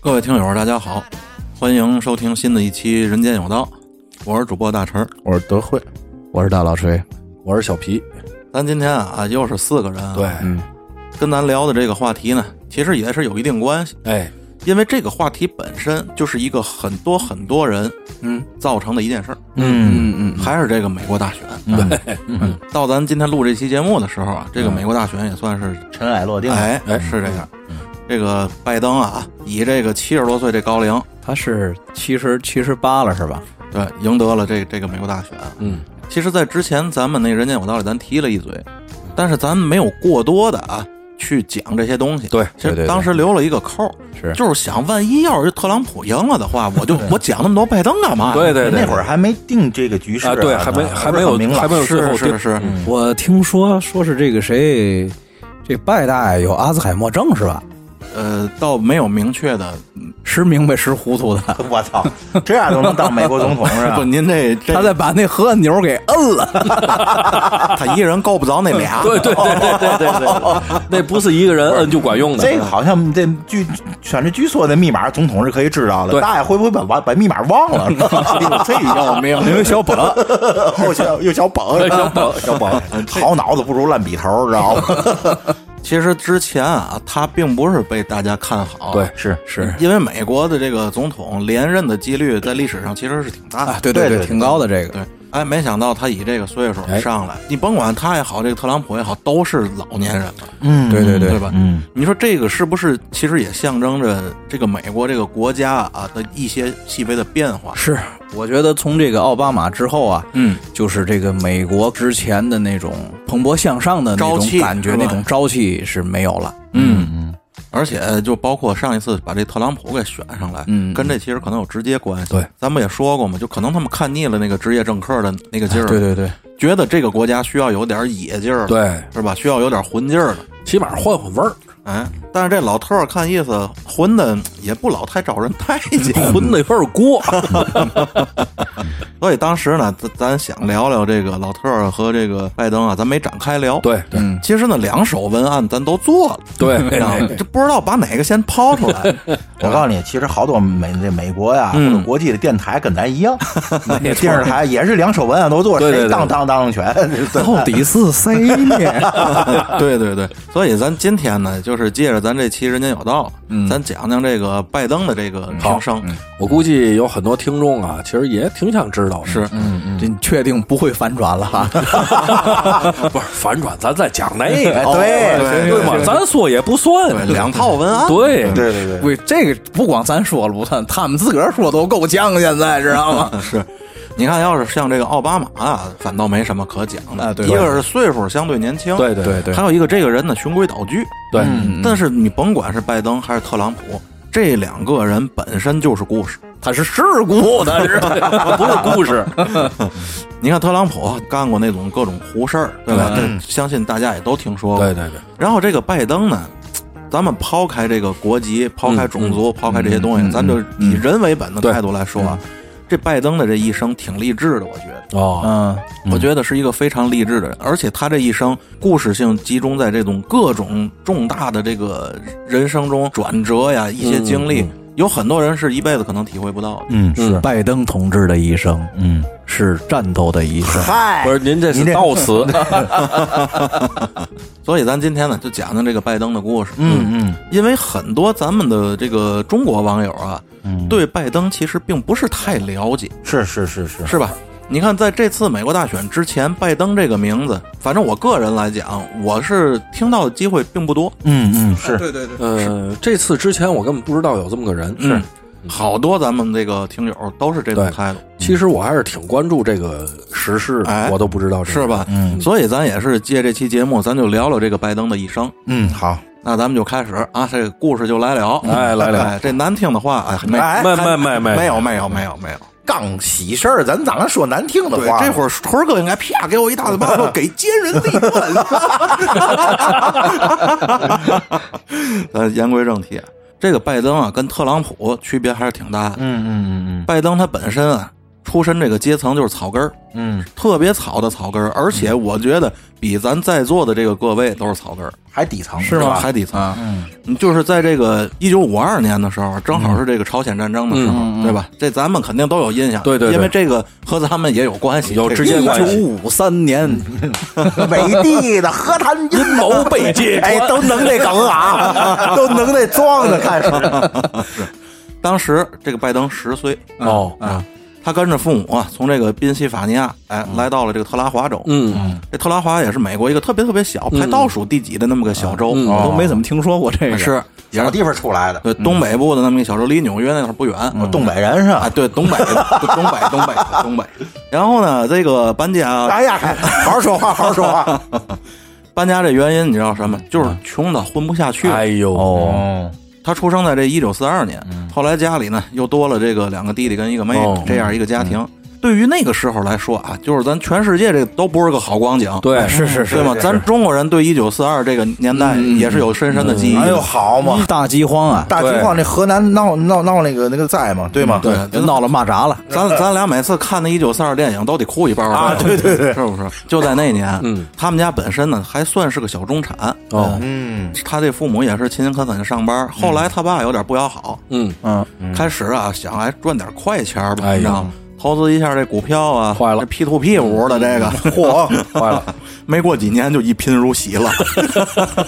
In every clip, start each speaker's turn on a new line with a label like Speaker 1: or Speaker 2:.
Speaker 1: 各位听友，大家好，欢迎收听新的一期《人间有道》，我是主播大陈儿。
Speaker 2: 我是德惠，
Speaker 3: 我是大老锤，
Speaker 2: 我是小皮。
Speaker 1: 咱今天啊，又是四个人、啊，，
Speaker 2: 嗯，
Speaker 1: 跟咱聊的这个话题呢，其实也是有一定关系，
Speaker 2: 哎，
Speaker 1: 因为这个话题本身就是一个很多很多人嗯造成的一件事儿，
Speaker 3: 嗯，
Speaker 2: 嗯嗯，
Speaker 1: 还是这个美国大选。嗯
Speaker 3: 对，
Speaker 1: 到咱今天录这期节目的时候啊，这个美国大选也算是
Speaker 3: 尘埃落定。
Speaker 1: 哎
Speaker 2: 哎
Speaker 1: 是这样，这个拜登啊，以这个七十多岁这高龄，
Speaker 3: 他是七十七十八了是吧？
Speaker 1: 对，赢得了这这个美国大选。啊
Speaker 2: 嗯，
Speaker 1: 其实，在之前咱们那《人间有道》里，咱提了一嘴，但是咱没有过多的啊去讲这些东西。
Speaker 2: 对
Speaker 1: 其
Speaker 3: 对对
Speaker 1: 实
Speaker 3: 对
Speaker 1: 当时留了一个扣儿，
Speaker 3: 是
Speaker 1: 就是想，万一要是特朗普赢了的话，我就我讲那么多拜登干嘛？
Speaker 2: 对对对，
Speaker 4: 那会儿还没定这个局势
Speaker 2: 啊，对，还没
Speaker 4: 那
Speaker 2: 还没有
Speaker 4: 不是很明朗
Speaker 2: 还没有最嗯
Speaker 1: 是
Speaker 2: 后
Speaker 1: 是是，
Speaker 3: 我听说说是这个谁，这拜大爷有阿兹海默症是吧？
Speaker 1: 呃，倒没有明确的。
Speaker 3: 时明白时糊涂的，
Speaker 4: 我操，这样都能当美国总统
Speaker 2: 啊
Speaker 4: 是吧
Speaker 1: 不，？您这这
Speaker 3: 他再把那核按钮给摁了。
Speaker 1: 他一人够不着那俩。
Speaker 2: 对对对对对对对，那不是一个人摁就管用的。
Speaker 4: 这个好像这据选这居所的密码，总统是可以知道的。
Speaker 2: 对
Speaker 4: 大爷会不会把把把密码忘 了？这要命！
Speaker 3: 因为小 本，
Speaker 4: 又小又小本，
Speaker 2: 小宝小宝，
Speaker 4: 好脑子不如烂笔头，知道吗？
Speaker 1: 其实之前啊，他并不是被大家看好。
Speaker 2: 对
Speaker 4: 是
Speaker 2: 是
Speaker 1: 因为美国的这个总统连任的几率在历史上其实是挺大的。
Speaker 3: 啊，对对
Speaker 4: 对
Speaker 3: 对，
Speaker 4: 对
Speaker 3: 挺高的这个。
Speaker 1: 对，哎，没想到他以这个岁数
Speaker 2: 哎
Speaker 1: 上来，你甭管他也好，这个特朗普也好，都是老年人了，
Speaker 4: 嗯
Speaker 3: 对对对
Speaker 1: 对吧？
Speaker 4: 嗯，
Speaker 1: 你说这个是不是其实也象征着这个美国这个国家啊的一些细微的变化？
Speaker 3: 是，我觉得从这个奥巴马之后啊，
Speaker 1: 嗯，
Speaker 3: 就是这个美国之前的那种蓬勃向上的那
Speaker 1: 朝气
Speaker 3: 种感觉，
Speaker 1: 是吧
Speaker 3: 那种朝气是没有了。
Speaker 1: 嗯
Speaker 3: 嗯
Speaker 1: 而且就包括上一次把这特朗普给选上来，
Speaker 3: 嗯
Speaker 1: 跟这其实可能有直接关系。
Speaker 3: 对，
Speaker 1: 咱们也说过嘛，就可能他们看腻了那个职业政客的那个劲儿，
Speaker 3: 啊对，对对，
Speaker 1: 觉得这个国家需要有点野劲儿，，
Speaker 2: 对，
Speaker 1: 是吧？需要有点混劲儿的。
Speaker 2: 起码换换味儿，
Speaker 1: 哎，但是这老头儿看意思混的也不老太招人待见，
Speaker 2: 混那份儿锅。
Speaker 1: 所以当时呢，咱咱想聊聊这个老特儿和这个拜登啊，咱没展开聊。，
Speaker 2: 对对
Speaker 3: 嗯，
Speaker 1: 其实呢，两手文案咱都做了，
Speaker 2: 对
Speaker 1: 知 道吗，就不知道把哪个先抛出来。
Speaker 4: 我告诉你，其实好多美这美国呀，或
Speaker 1: 嗯
Speaker 4: 者国际的电台跟咱一样， 电
Speaker 2: 没错
Speaker 4: 视台也是两手文案都做，
Speaker 2: 对对
Speaker 4: 谁
Speaker 2: 对
Speaker 4: 当当当 权，对
Speaker 3: 到底是谁呢？
Speaker 1: 对对对，所以咱今天呢，就是借着咱这期《人间有道》，
Speaker 2: 嗯
Speaker 1: 咱讲讲这个拜登的这个平生。
Speaker 2: 我估计有很多听众啊，其实也挺想知道的，
Speaker 1: 是，
Speaker 3: 这你确定不会反转了哈？
Speaker 2: 不是反转？咱再讲那个，
Speaker 4: 对
Speaker 1: 对
Speaker 2: 对嘛，咱说也不算
Speaker 1: 对，两套文案。
Speaker 2: 对
Speaker 4: 对对对。
Speaker 3: 喂，这个不光咱说了不算，他们自个儿说都够呛，现在知道吗？
Speaker 1: 是，你看，要是像这个奥巴马啊，反倒没什么可讲的。
Speaker 3: 啊对
Speaker 1: 一个是岁数相对年轻，
Speaker 2: 对对
Speaker 3: 对对
Speaker 1: 还有一个这个人呢循规蹈矩。嗯
Speaker 2: 对，
Speaker 1: 但是你甭管是拜登还是特朗普，这两个人本身就是故事。
Speaker 3: 他是事故，他是
Speaker 2: 不是故事，
Speaker 1: 你看特朗普啊干过那种各种胡事儿，对吧？这相信大家也都听说过。
Speaker 2: 对对对，
Speaker 1: 然后这个拜登呢，咱们抛开这个国籍、抛开种族、抛开这些东西，咱就以人为本的态度来说啊，这拜登的这一生挺励志的，我觉得。
Speaker 2: 哦，
Speaker 3: 嗯，
Speaker 1: 啊我觉得是一个非常励志的人，而且他这一生故事性集中在这种各种重大的这个人生中转折呀，一些经历，有很多人是一辈子可能体会不到的。
Speaker 4: 嗯
Speaker 2: 是
Speaker 3: 拜登同志的一生，嗯，是战斗的一生。
Speaker 4: 嗨
Speaker 2: 不是您这
Speaker 4: 您
Speaker 2: 是
Speaker 4: 这
Speaker 2: 悼词，
Speaker 1: 所以咱今天呢，就讲讲这个拜登的故事。
Speaker 4: 嗯
Speaker 1: 因为很多咱们的这个中国网友啊，对拜登其实并不是太了解，
Speaker 4: 嗯，是是是是，
Speaker 1: 是吧？你看，在这次美国大选之前，拜登这个名字，反正我个人来讲，我是听到的机会并不多。
Speaker 4: 嗯嗯是，
Speaker 3: 对对对，
Speaker 2: 呃，这次之前我根本不知道有这么个人，
Speaker 1: 嗯，好多咱们这个听友都是这种
Speaker 2: 对
Speaker 1: 态度。
Speaker 2: 其实我还是挺关注这个时事的，
Speaker 1: 哎
Speaker 2: 我都不知道这个
Speaker 1: 是？吧？嗯，所以咱也是借这期节目，咱就聊聊这个拜登的一生。
Speaker 4: 嗯好，
Speaker 1: 那咱们就开始啊，这个故事就来了。
Speaker 2: 哎来了
Speaker 1: 这难听的话，哎，没
Speaker 4: 哎
Speaker 2: 没没没
Speaker 1: 没
Speaker 2: 没，
Speaker 1: 有没有没有没有。
Speaker 4: 刚喜事儿，咱咱说难听的
Speaker 1: 对
Speaker 4: 话，，
Speaker 1: 这会儿屯儿哥应该啪给我一大嘴巴， 说给奸人立 断。咱呃言归正题，啊这个拜登啊，跟特朗普区别还是挺大的。
Speaker 4: 嗯嗯嗯嗯，
Speaker 1: 拜登他本身啊，出身这个阶层就是草根儿，
Speaker 4: 嗯，
Speaker 1: 特别草的草根儿，而且我觉得比咱在座的这个各位都是草根儿，
Speaker 4: 还底层
Speaker 3: 是吗
Speaker 1: 海底层，
Speaker 2: 啊
Speaker 4: 嗯，
Speaker 1: 你就是在这个一九五二年的时候，正好是这个朝鲜战争的时候，对吧？这咱们肯定都有印象，
Speaker 2: 嗯对对对
Speaker 1: 因为这个和咱们也有关系，
Speaker 2: 有
Speaker 1: 这个
Speaker 2: 直接关系
Speaker 3: 五三年，
Speaker 4: 美帝的和谈阴
Speaker 2: 谋被揭
Speaker 4: 哎， 都能这梗 啊，都能这装的，看是
Speaker 1: 当时这个拜登十岁，
Speaker 2: 哦，
Speaker 1: 啊，他跟着父母啊，从这个宾夕法尼亚哎、来到了这个特拉华州。
Speaker 2: 嗯，
Speaker 1: 这特拉华也是美国一个特别特别小，排倒数第几的那么个小州，
Speaker 2: 嗯
Speaker 3: 我都没怎么听说过这个。
Speaker 1: 哦是也
Speaker 4: 小
Speaker 1: 是
Speaker 4: 地方出来的，
Speaker 1: 对东北部的那么一个小州，离纽约那块儿不远。
Speaker 2: 嗯
Speaker 4: 东北人是
Speaker 1: 啊，
Speaker 4: 吧？
Speaker 1: 对，东北， 东北，东北，东北。然后呢，这个啊搬家，
Speaker 4: 哎呀， 好好说话，好好说话。
Speaker 1: 搬家这原因你知道什么？就是穷的混不下去了。
Speaker 2: 哎呦，
Speaker 4: 哦，
Speaker 1: 他出生在这一九四二年，后来家里呢又多了这个两个弟弟跟一个妹妹、
Speaker 2: 哦
Speaker 1: 这样一个家庭。对于那个时候来说啊，就是咱全世界这都不是个好光景，
Speaker 2: 对，
Speaker 3: 是是
Speaker 1: 对吗？咱中国人对一九四二这个年代也是有深深的记忆的。
Speaker 4: 哎呦，好嘛
Speaker 3: 一，大饥荒啊，
Speaker 4: 大情况那河南闹闹闹那个那个灾嘛，对吗？
Speaker 1: 对，
Speaker 3: 就闹了蚂蚱了。
Speaker 1: 咱咱俩每次看那一九四二电影都得哭一包
Speaker 4: 啊对对对
Speaker 1: 是不是？就在那年，
Speaker 2: 嗯，
Speaker 1: 他们家本身呢还算是个小中产，
Speaker 2: 哦，
Speaker 4: 嗯，
Speaker 1: 他这父母也是勤勤恳恳地上班。后来他爸有点不要好，
Speaker 2: 嗯，
Speaker 3: 嗯，
Speaker 1: 开始啊想哎赚点快钱儿吧，
Speaker 2: 哎呦
Speaker 1: 你知道吗？投资一下这股票啊，
Speaker 2: 坏了嗯
Speaker 1: ，P to P 五的这 个，
Speaker 4: 嚯，
Speaker 2: 坏了，
Speaker 1: 没过几年就一贫如洗 了。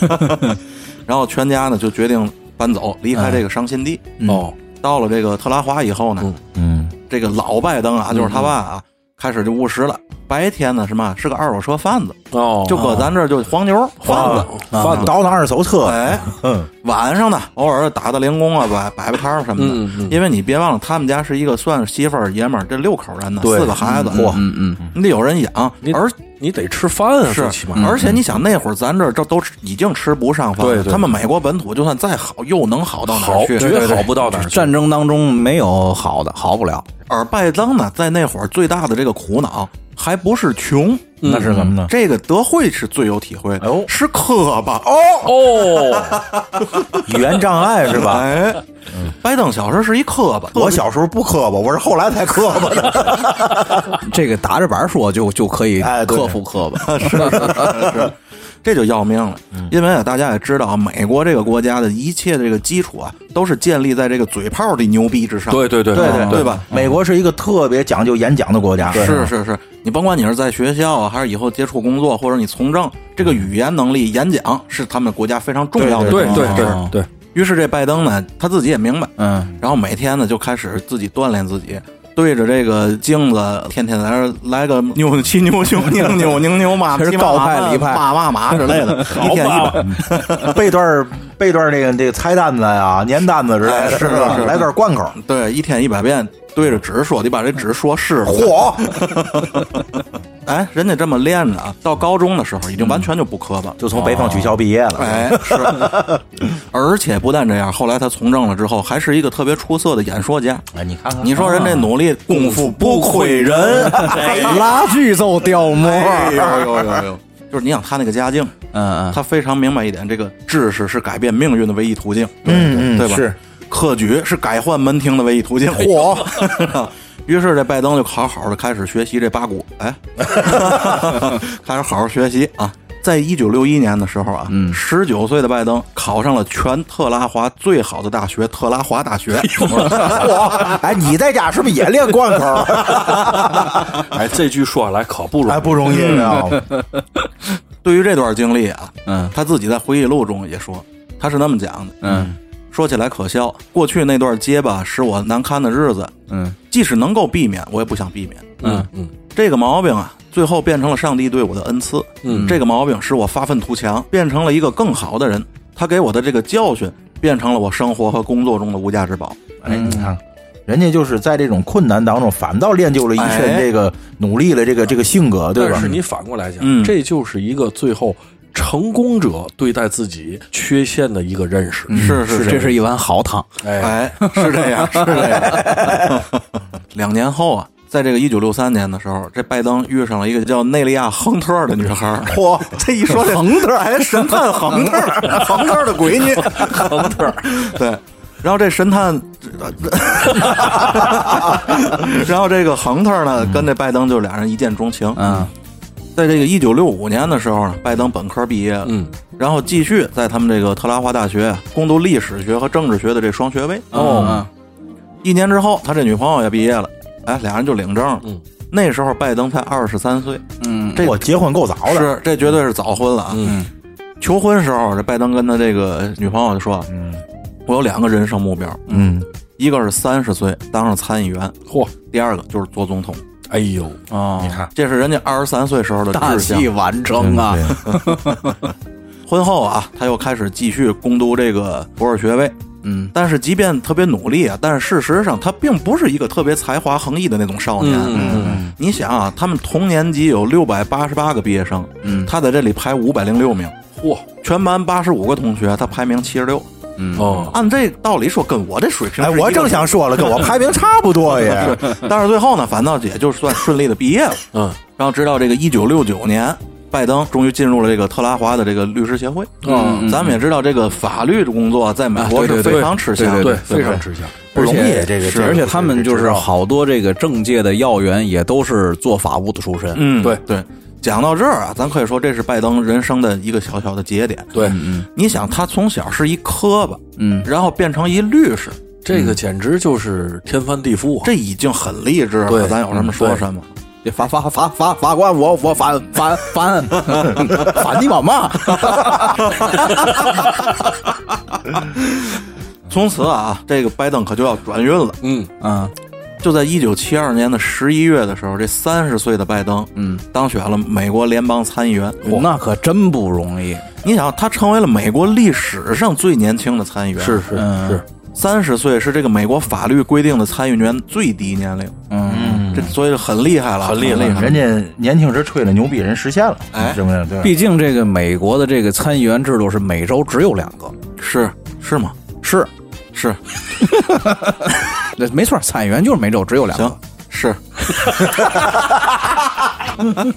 Speaker 1: 然后全家呢就决定搬走，离开这个伤心地。嗯
Speaker 2: 哦，
Speaker 1: 到了这个特拉华以后呢，
Speaker 4: 嗯，
Speaker 1: 这个老拜登啊，就是他爸啊，
Speaker 2: 嗯
Speaker 1: 开始就务实了。白天呢什么是个二手车贩子，
Speaker 2: 哦，
Speaker 1: 就搁咱这儿就黄牛贩子。
Speaker 2: 贩子，
Speaker 4: 倒腾二手车，
Speaker 1: 哎，
Speaker 4: 嗯，
Speaker 1: 晚上呢，偶尔打打零工啊，摆摆摆摊儿什么的。
Speaker 2: 嗯嗯
Speaker 1: 因为你别忘了，他们家是一个算媳妇儿、爷们儿，这六口人呢，
Speaker 2: 对
Speaker 1: 四个孩子，嚯、
Speaker 3: 嗯嗯，
Speaker 1: 你得有人养，
Speaker 2: 你
Speaker 1: 而
Speaker 2: 你得吃饭啊，
Speaker 1: 是
Speaker 2: 最起码，
Speaker 1: 而且你想那会儿咱这儿这都吃已经吃不上饭了，
Speaker 2: 对对
Speaker 1: 他们美国本土就算再好，又能好到哪
Speaker 2: 好
Speaker 1: 儿去？
Speaker 2: 绝好不到哪儿去，
Speaker 3: 战争当中没有好的，好不了。
Speaker 1: 而拜登呢，在那会儿最大的这个苦恼还不是穷，
Speaker 4: 那是什么呢？
Speaker 1: 这个德惠是最有体会的，
Speaker 4: 哎呦
Speaker 1: 是磕巴哦，
Speaker 2: 哦，
Speaker 4: 语言障碍是吧？
Speaker 1: 哎，拜登小时候是一磕巴，
Speaker 4: 我小时候不磕巴，我是后来才磕巴的。
Speaker 3: 这个打着板说就就可以
Speaker 4: 哎对
Speaker 3: 克服克吧。
Speaker 1: 这就要命了，
Speaker 2: 嗯
Speaker 1: 因为啊，大家也知道，美国这个国家的一切这个基础啊，都是建立在这个嘴炮的牛逼之上。
Speaker 2: 对对对
Speaker 1: 对
Speaker 4: 对
Speaker 1: 吧？
Speaker 4: 美国是一个特别讲究演讲的国家，
Speaker 1: 啊是是是，你甭管你是在学校啊，还是以后接触工作，或者你从政，这个语言能力、演讲是他们国家非常重要的
Speaker 2: 对
Speaker 1: 东西
Speaker 2: 对
Speaker 1: 啊
Speaker 2: 对对，
Speaker 1: 于是这拜登呢，他自己也明白，
Speaker 3: 嗯，
Speaker 1: 然后每天呢就开始自己锻炼自己，对着这个镜子，天天在那儿来个扭七扭九 拧扭拧扭嘛，
Speaker 3: 这是
Speaker 1: 七嘛
Speaker 3: 高
Speaker 1: 嘛
Speaker 3: 派
Speaker 1: 嘛
Speaker 3: 离派
Speaker 1: 嘛嘛嘛之类 的，一天一把。
Speaker 4: 背段儿背段儿那个这个菜单子呀、粘单子之类
Speaker 1: 哎
Speaker 4: 的，
Speaker 1: 是
Speaker 4: 吧
Speaker 1: 是是
Speaker 4: 来段贯口。
Speaker 1: 对，一天一百遍对着纸说，得把这纸说是。
Speaker 4: 嚯，
Speaker 1: 哎，人家这么练着啊，到高中的时候已经完全就不磕巴了。
Speaker 4: 就从北方军校毕业了。
Speaker 1: 哎，是， 而且不但这样，后来他从政了之后，还是一个特别出色的演说家。
Speaker 4: 哎，你看看，
Speaker 1: 你说人这努力，功夫不亏人。
Speaker 3: 拉锯奏雕磨。
Speaker 1: 哎呦呦呦呦！ 就是你想他那个家境，
Speaker 3: 嗯嗯，
Speaker 1: 他非常明白一点，这个知识是改变命运的唯一途径，
Speaker 4: 嗯嗯
Speaker 1: 对吧？
Speaker 4: 是
Speaker 1: 科举是改换门庭的唯一途径。嚯！ 于是这拜登就好好的开始学习这八股， 哎，开始好好学习啊。在一九六一年的时候啊，十九岁的拜登考上了全特拉华最好的大学——特拉华大学。
Speaker 4: 嚯，哎，你在家是不是也练贯口？
Speaker 2: 哎，这句说下来可不容
Speaker 4: 哎，
Speaker 2: 易，
Speaker 4: 不容易啊！
Speaker 1: 对于这段经历啊，
Speaker 3: 嗯
Speaker 1: 他自己在回忆录中也说，他是那么讲的：
Speaker 3: 嗯
Speaker 1: 说起来可笑，过去那段结巴使我难堪的日子，
Speaker 3: 嗯
Speaker 1: 即使能够避免，我也不想避免。
Speaker 2: 嗯嗯，
Speaker 1: 这个毛病啊，最后变成了上帝对我的恩赐。嗯，这个毛病使我发愤图强，变成了一个更好的人。他给我的这个教训，变成了我生活和工作中的无价之宝。
Speaker 4: 哎，你看。人家就是在这种困难当中，反倒练就了一身
Speaker 1: 哎
Speaker 4: 这个努力了这个这个性格，对吧？
Speaker 2: 但是你反过来讲，
Speaker 1: 嗯
Speaker 2: 这就是一个最后成功者对待自己缺陷的一个认识。
Speaker 1: 是是
Speaker 3: 这是一碗好汤。
Speaker 2: 哎，
Speaker 1: 哎，是这样，是这样。 两年后啊，在这个一九六三年的时候，这拜登遇上了一个叫内利亚·亨特的女孩儿。
Speaker 4: 嚯，
Speaker 1: 这一 说这亨特，还神探亨特，亨特的闺女，亨特，对。然后这神探， 然后这个亨特呢，跟这拜登就俩人一见钟情。
Speaker 3: 嗯，
Speaker 1: 在这个一九六五年的时候呢，拜登本科毕业了，
Speaker 2: 嗯，
Speaker 1: 然后继续在他们这个特拉华大学攻读历史学和政治学的这双学位。
Speaker 2: 嗯
Speaker 3: 哦，
Speaker 1: 一年之后，他这女朋友也毕业了，哎，俩人就领证了。
Speaker 2: 嗯
Speaker 1: 那时候拜登才二十三岁，
Speaker 3: 嗯，
Speaker 1: 这
Speaker 4: 我结婚够早了，哎
Speaker 1: 是这绝对是早婚了啊。
Speaker 2: 嗯，
Speaker 1: 求婚时候，这拜登跟他这个女朋友就说
Speaker 4: 嗯：“
Speaker 1: 我有两个人生目标，
Speaker 4: 嗯，
Speaker 1: 一个是三十岁当上参议员，
Speaker 2: 嚯，
Speaker 1: 第二个就是做总统。
Speaker 2: 哎呦，
Speaker 3: 哦
Speaker 4: 你，看
Speaker 1: 这是人家二十三岁时候的
Speaker 3: 大
Speaker 1: 志向
Speaker 3: 器。晚成啊，
Speaker 4: 对
Speaker 1: 婚后啊，他又开始继续攻读这个博士学位。
Speaker 3: 嗯
Speaker 1: 但是即便特别努力啊，但是事实上他并不是一个特别才华横溢的那种少年。
Speaker 2: 嗯
Speaker 1: 你想啊，他们同年级有六百八十八个毕业生，
Speaker 3: 嗯
Speaker 1: 他在这里排五百零六名，
Speaker 2: 嚯，
Speaker 1: 全班八十五个同学，他排名七十六。
Speaker 3: 嗯，
Speaker 2: 哦，
Speaker 1: 按这道理说，跟我这水平
Speaker 4: 哎，
Speaker 1: 是一个，
Speaker 4: 我正想说了，跟我排名差不多也。
Speaker 1: 但是最后呢，反倒也就算顺利的毕业了。
Speaker 2: 嗯，
Speaker 1: 然后直到这个一九六九年，拜登终于进入了这个特拉华的这个律师协会。
Speaker 2: 嗯
Speaker 1: 咱们也知道这个法律的工作在美国
Speaker 3: 啊对对
Speaker 1: 是
Speaker 3: 对
Speaker 1: 非常吃香，
Speaker 3: 对
Speaker 2: 对，
Speaker 3: 对
Speaker 2: 非常
Speaker 1: 吃，
Speaker 2: 吃香，
Speaker 1: 不容易
Speaker 3: 而且
Speaker 1: 这个
Speaker 3: 是而且他们就是好多这个政界的要员也都是做法务的出身，
Speaker 1: 嗯，
Speaker 2: 对
Speaker 1: 对。讲到这儿啊，咱可以说这是拜登人生的一个小小的节点。
Speaker 2: 对，
Speaker 1: 你想，他从小是一磕巴，
Speaker 3: 嗯，
Speaker 1: 然后变成一律师，
Speaker 2: 这个简直就是天翻地覆啊！
Speaker 1: 这已经很励志了。
Speaker 2: 对
Speaker 1: 咱有什么说什么。
Speaker 3: 这法法法法法官，我我反反反反你妈妈，
Speaker 1: 从此啊，这个拜登可就要转运了。
Speaker 2: 嗯，
Speaker 3: 嗯
Speaker 1: 就在一九七二年的十一月的时候，这三十岁的拜登，
Speaker 3: 嗯，
Speaker 1: 当选了美国联邦参议员。
Speaker 3: 那可真不容易，
Speaker 1: 你想，啊他成为了美国历史上最年轻的参议员，
Speaker 2: 是是
Speaker 3: 嗯
Speaker 2: 是，
Speaker 1: 三十岁，是这个美国法律规定的参议员最低年龄，
Speaker 3: 嗯，
Speaker 1: 这所以很厉害了，
Speaker 2: 很厉害
Speaker 1: 害，厉
Speaker 4: 人家年轻时吹了牛逼，人实现了，
Speaker 1: 哎
Speaker 4: 是不是？对吧，
Speaker 3: 毕竟这个美国的这个参议员制度是每周只有两个，
Speaker 1: 是是吗？
Speaker 3: 是，
Speaker 1: 是
Speaker 3: 那没错，参议员就是每周只有两
Speaker 1: 行
Speaker 3: 个，
Speaker 1: 是。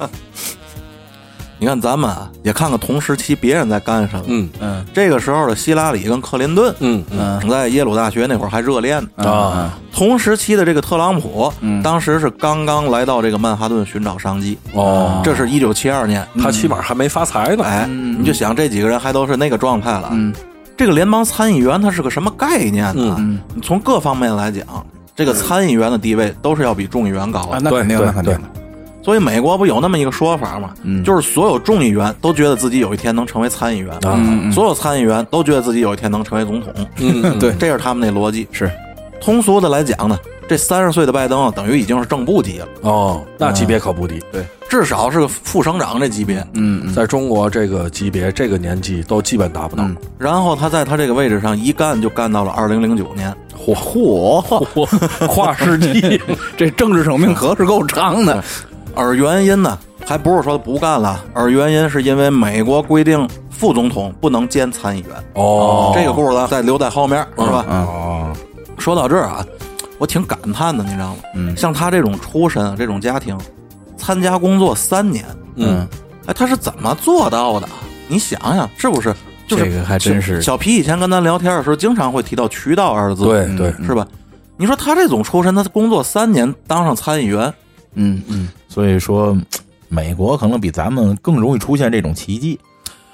Speaker 1: 你看，咱们啊也看看同时期别人在干什么。
Speaker 2: 嗯
Speaker 3: 嗯
Speaker 1: 这个时候的希拉里跟克林顿，
Speaker 2: 嗯嗯
Speaker 3: 嗯
Speaker 1: 在耶鲁大学那会儿还热恋呢。嗯
Speaker 2: 啊，
Speaker 1: 同时期的这个特朗普，
Speaker 3: 嗯
Speaker 1: 当时是刚刚来到这个曼哈顿寻找商机，
Speaker 2: 哦，
Speaker 1: 这是一九七二年。
Speaker 2: 嗯他起码还没发财呢，
Speaker 1: 哎，
Speaker 3: 嗯
Speaker 1: 你就想这几个人还都是那个状态了。
Speaker 3: 嗯，
Speaker 1: 这个联邦参议员他是个什么概念呢？
Speaker 3: 嗯
Speaker 1: 你从各方面来讲，这个参议员的地位都是要比众议员高
Speaker 3: 啊，
Speaker 1: 的。
Speaker 3: 那肯定
Speaker 2: 对
Speaker 3: 的，肯定的，
Speaker 1: 所以美国不有那么一个说法吗？
Speaker 3: 嗯
Speaker 1: 就是所有众议员都觉得自己有一天能成为参议员，
Speaker 2: 啊
Speaker 3: 嗯嗯
Speaker 1: 所有参议员都觉得自己有一天能成为总统。
Speaker 2: 嗯，
Speaker 3: 对
Speaker 1: 这是他们那逻辑。
Speaker 3: 是，
Speaker 1: 通俗的来讲呢，这三十岁的拜登啊等于已经是正部级了。
Speaker 2: 哦，那级别可不低。
Speaker 1: 至少是个副省长这级别。
Speaker 3: 嗯嗯
Speaker 2: 在中国这个级别、这个年纪都基本达不到。
Speaker 3: 嗯
Speaker 1: 然后他在他这个位置上一干就干到了二零零九年，
Speaker 2: 嚯嚯嚯，跨世纪！
Speaker 3: 这政治生命可是够长的，
Speaker 1: 而原因呢，还不是说不干了，啊而原因是因为美国规定副总统不能兼参议员。
Speaker 2: 哦，
Speaker 1: 这个故事咱再留在后面，
Speaker 3: 嗯
Speaker 1: 是吧？
Speaker 4: 哦，
Speaker 1: 说到这儿啊，我挺感叹的，你知道吗？
Speaker 3: 嗯
Speaker 1: 像他这种出身啊，这种家庭，参加工作三年，
Speaker 2: 嗯，
Speaker 1: 哎，他是怎么做到的？你想想，是不是？就是
Speaker 3: 这个还真是
Speaker 1: 小皮以前跟咱聊天的时候，经常会提到“渠道”二字，
Speaker 2: 对对，
Speaker 1: 是吧？你说他这种出身，他工作三年当上参议员，
Speaker 3: 嗯嗯，
Speaker 4: 所以说美国可能比咱们更容易出现这种奇迹，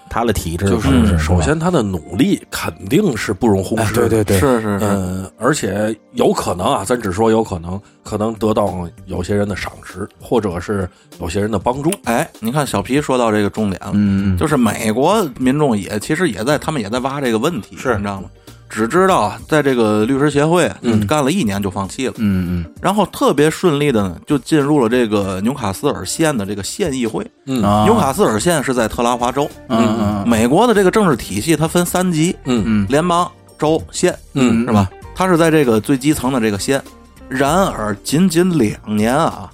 Speaker 4: 它的体制
Speaker 2: 就
Speaker 4: 可能
Speaker 2: 是
Speaker 4: 嗯是
Speaker 2: 首先他的努力肯定是不容忽视的。
Speaker 3: 对，
Speaker 1: 是是是，
Speaker 2: 嗯，而且有可能啊，咱只说有可能，可能得到有些人的赏识，或者是有些人的帮助。
Speaker 1: 哎，你看小皮说到这个重点了，
Speaker 3: 嗯嗯
Speaker 1: 就是美国民众也其实也在，他们也在挖这个问题，
Speaker 4: 是
Speaker 1: 你知道吗？只知道啊在这个律师协会，嗯，干了一年就放弃了，
Speaker 3: 嗯嗯
Speaker 1: 然后特别顺利的呢，就进入了这个纽卡斯尔县的这个县议会。
Speaker 2: 嗯
Speaker 3: 啊，
Speaker 1: 纽卡斯尔县是在特拉华州，
Speaker 3: 嗯嗯
Speaker 1: 美国的这个政治体系它分三级，
Speaker 2: 嗯
Speaker 3: 嗯
Speaker 1: 联邦、州、县，
Speaker 2: 嗯
Speaker 1: 是吧？他是在这个最基层的这个县，然而仅仅两年啊，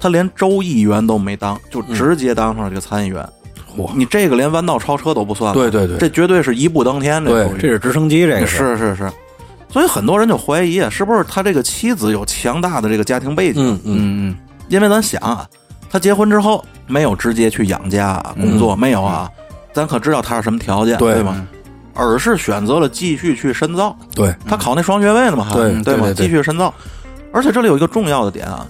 Speaker 1: 他连州议员都没当，就直接当上了这个参议员。
Speaker 2: 嚯
Speaker 1: 你这个连弯道超车都不算，
Speaker 2: 对对
Speaker 1: 嗯
Speaker 2: 对，
Speaker 1: 这绝对是一步登天。
Speaker 2: 对
Speaker 1: 属于
Speaker 3: 嗯这是直升机，这个
Speaker 1: 是是是，所以很多人就怀疑啊，是不是他这个妻子有强大的这个家庭背景？
Speaker 2: 嗯嗯
Speaker 3: 嗯嗯
Speaker 1: 因为咱想啊，他结婚之后没有直接去养家、啊、工作，没有啊，咱可知道他是什么条件，
Speaker 2: 嗯对
Speaker 1: 吧？而是选择了继续去深造。
Speaker 2: 对，
Speaker 1: 他考那双学位呢嘛，还
Speaker 2: 对
Speaker 1: 嗯
Speaker 2: 对
Speaker 1: 吗？
Speaker 2: 对对
Speaker 1: 继续深造。而且这里有一个重要的点啊，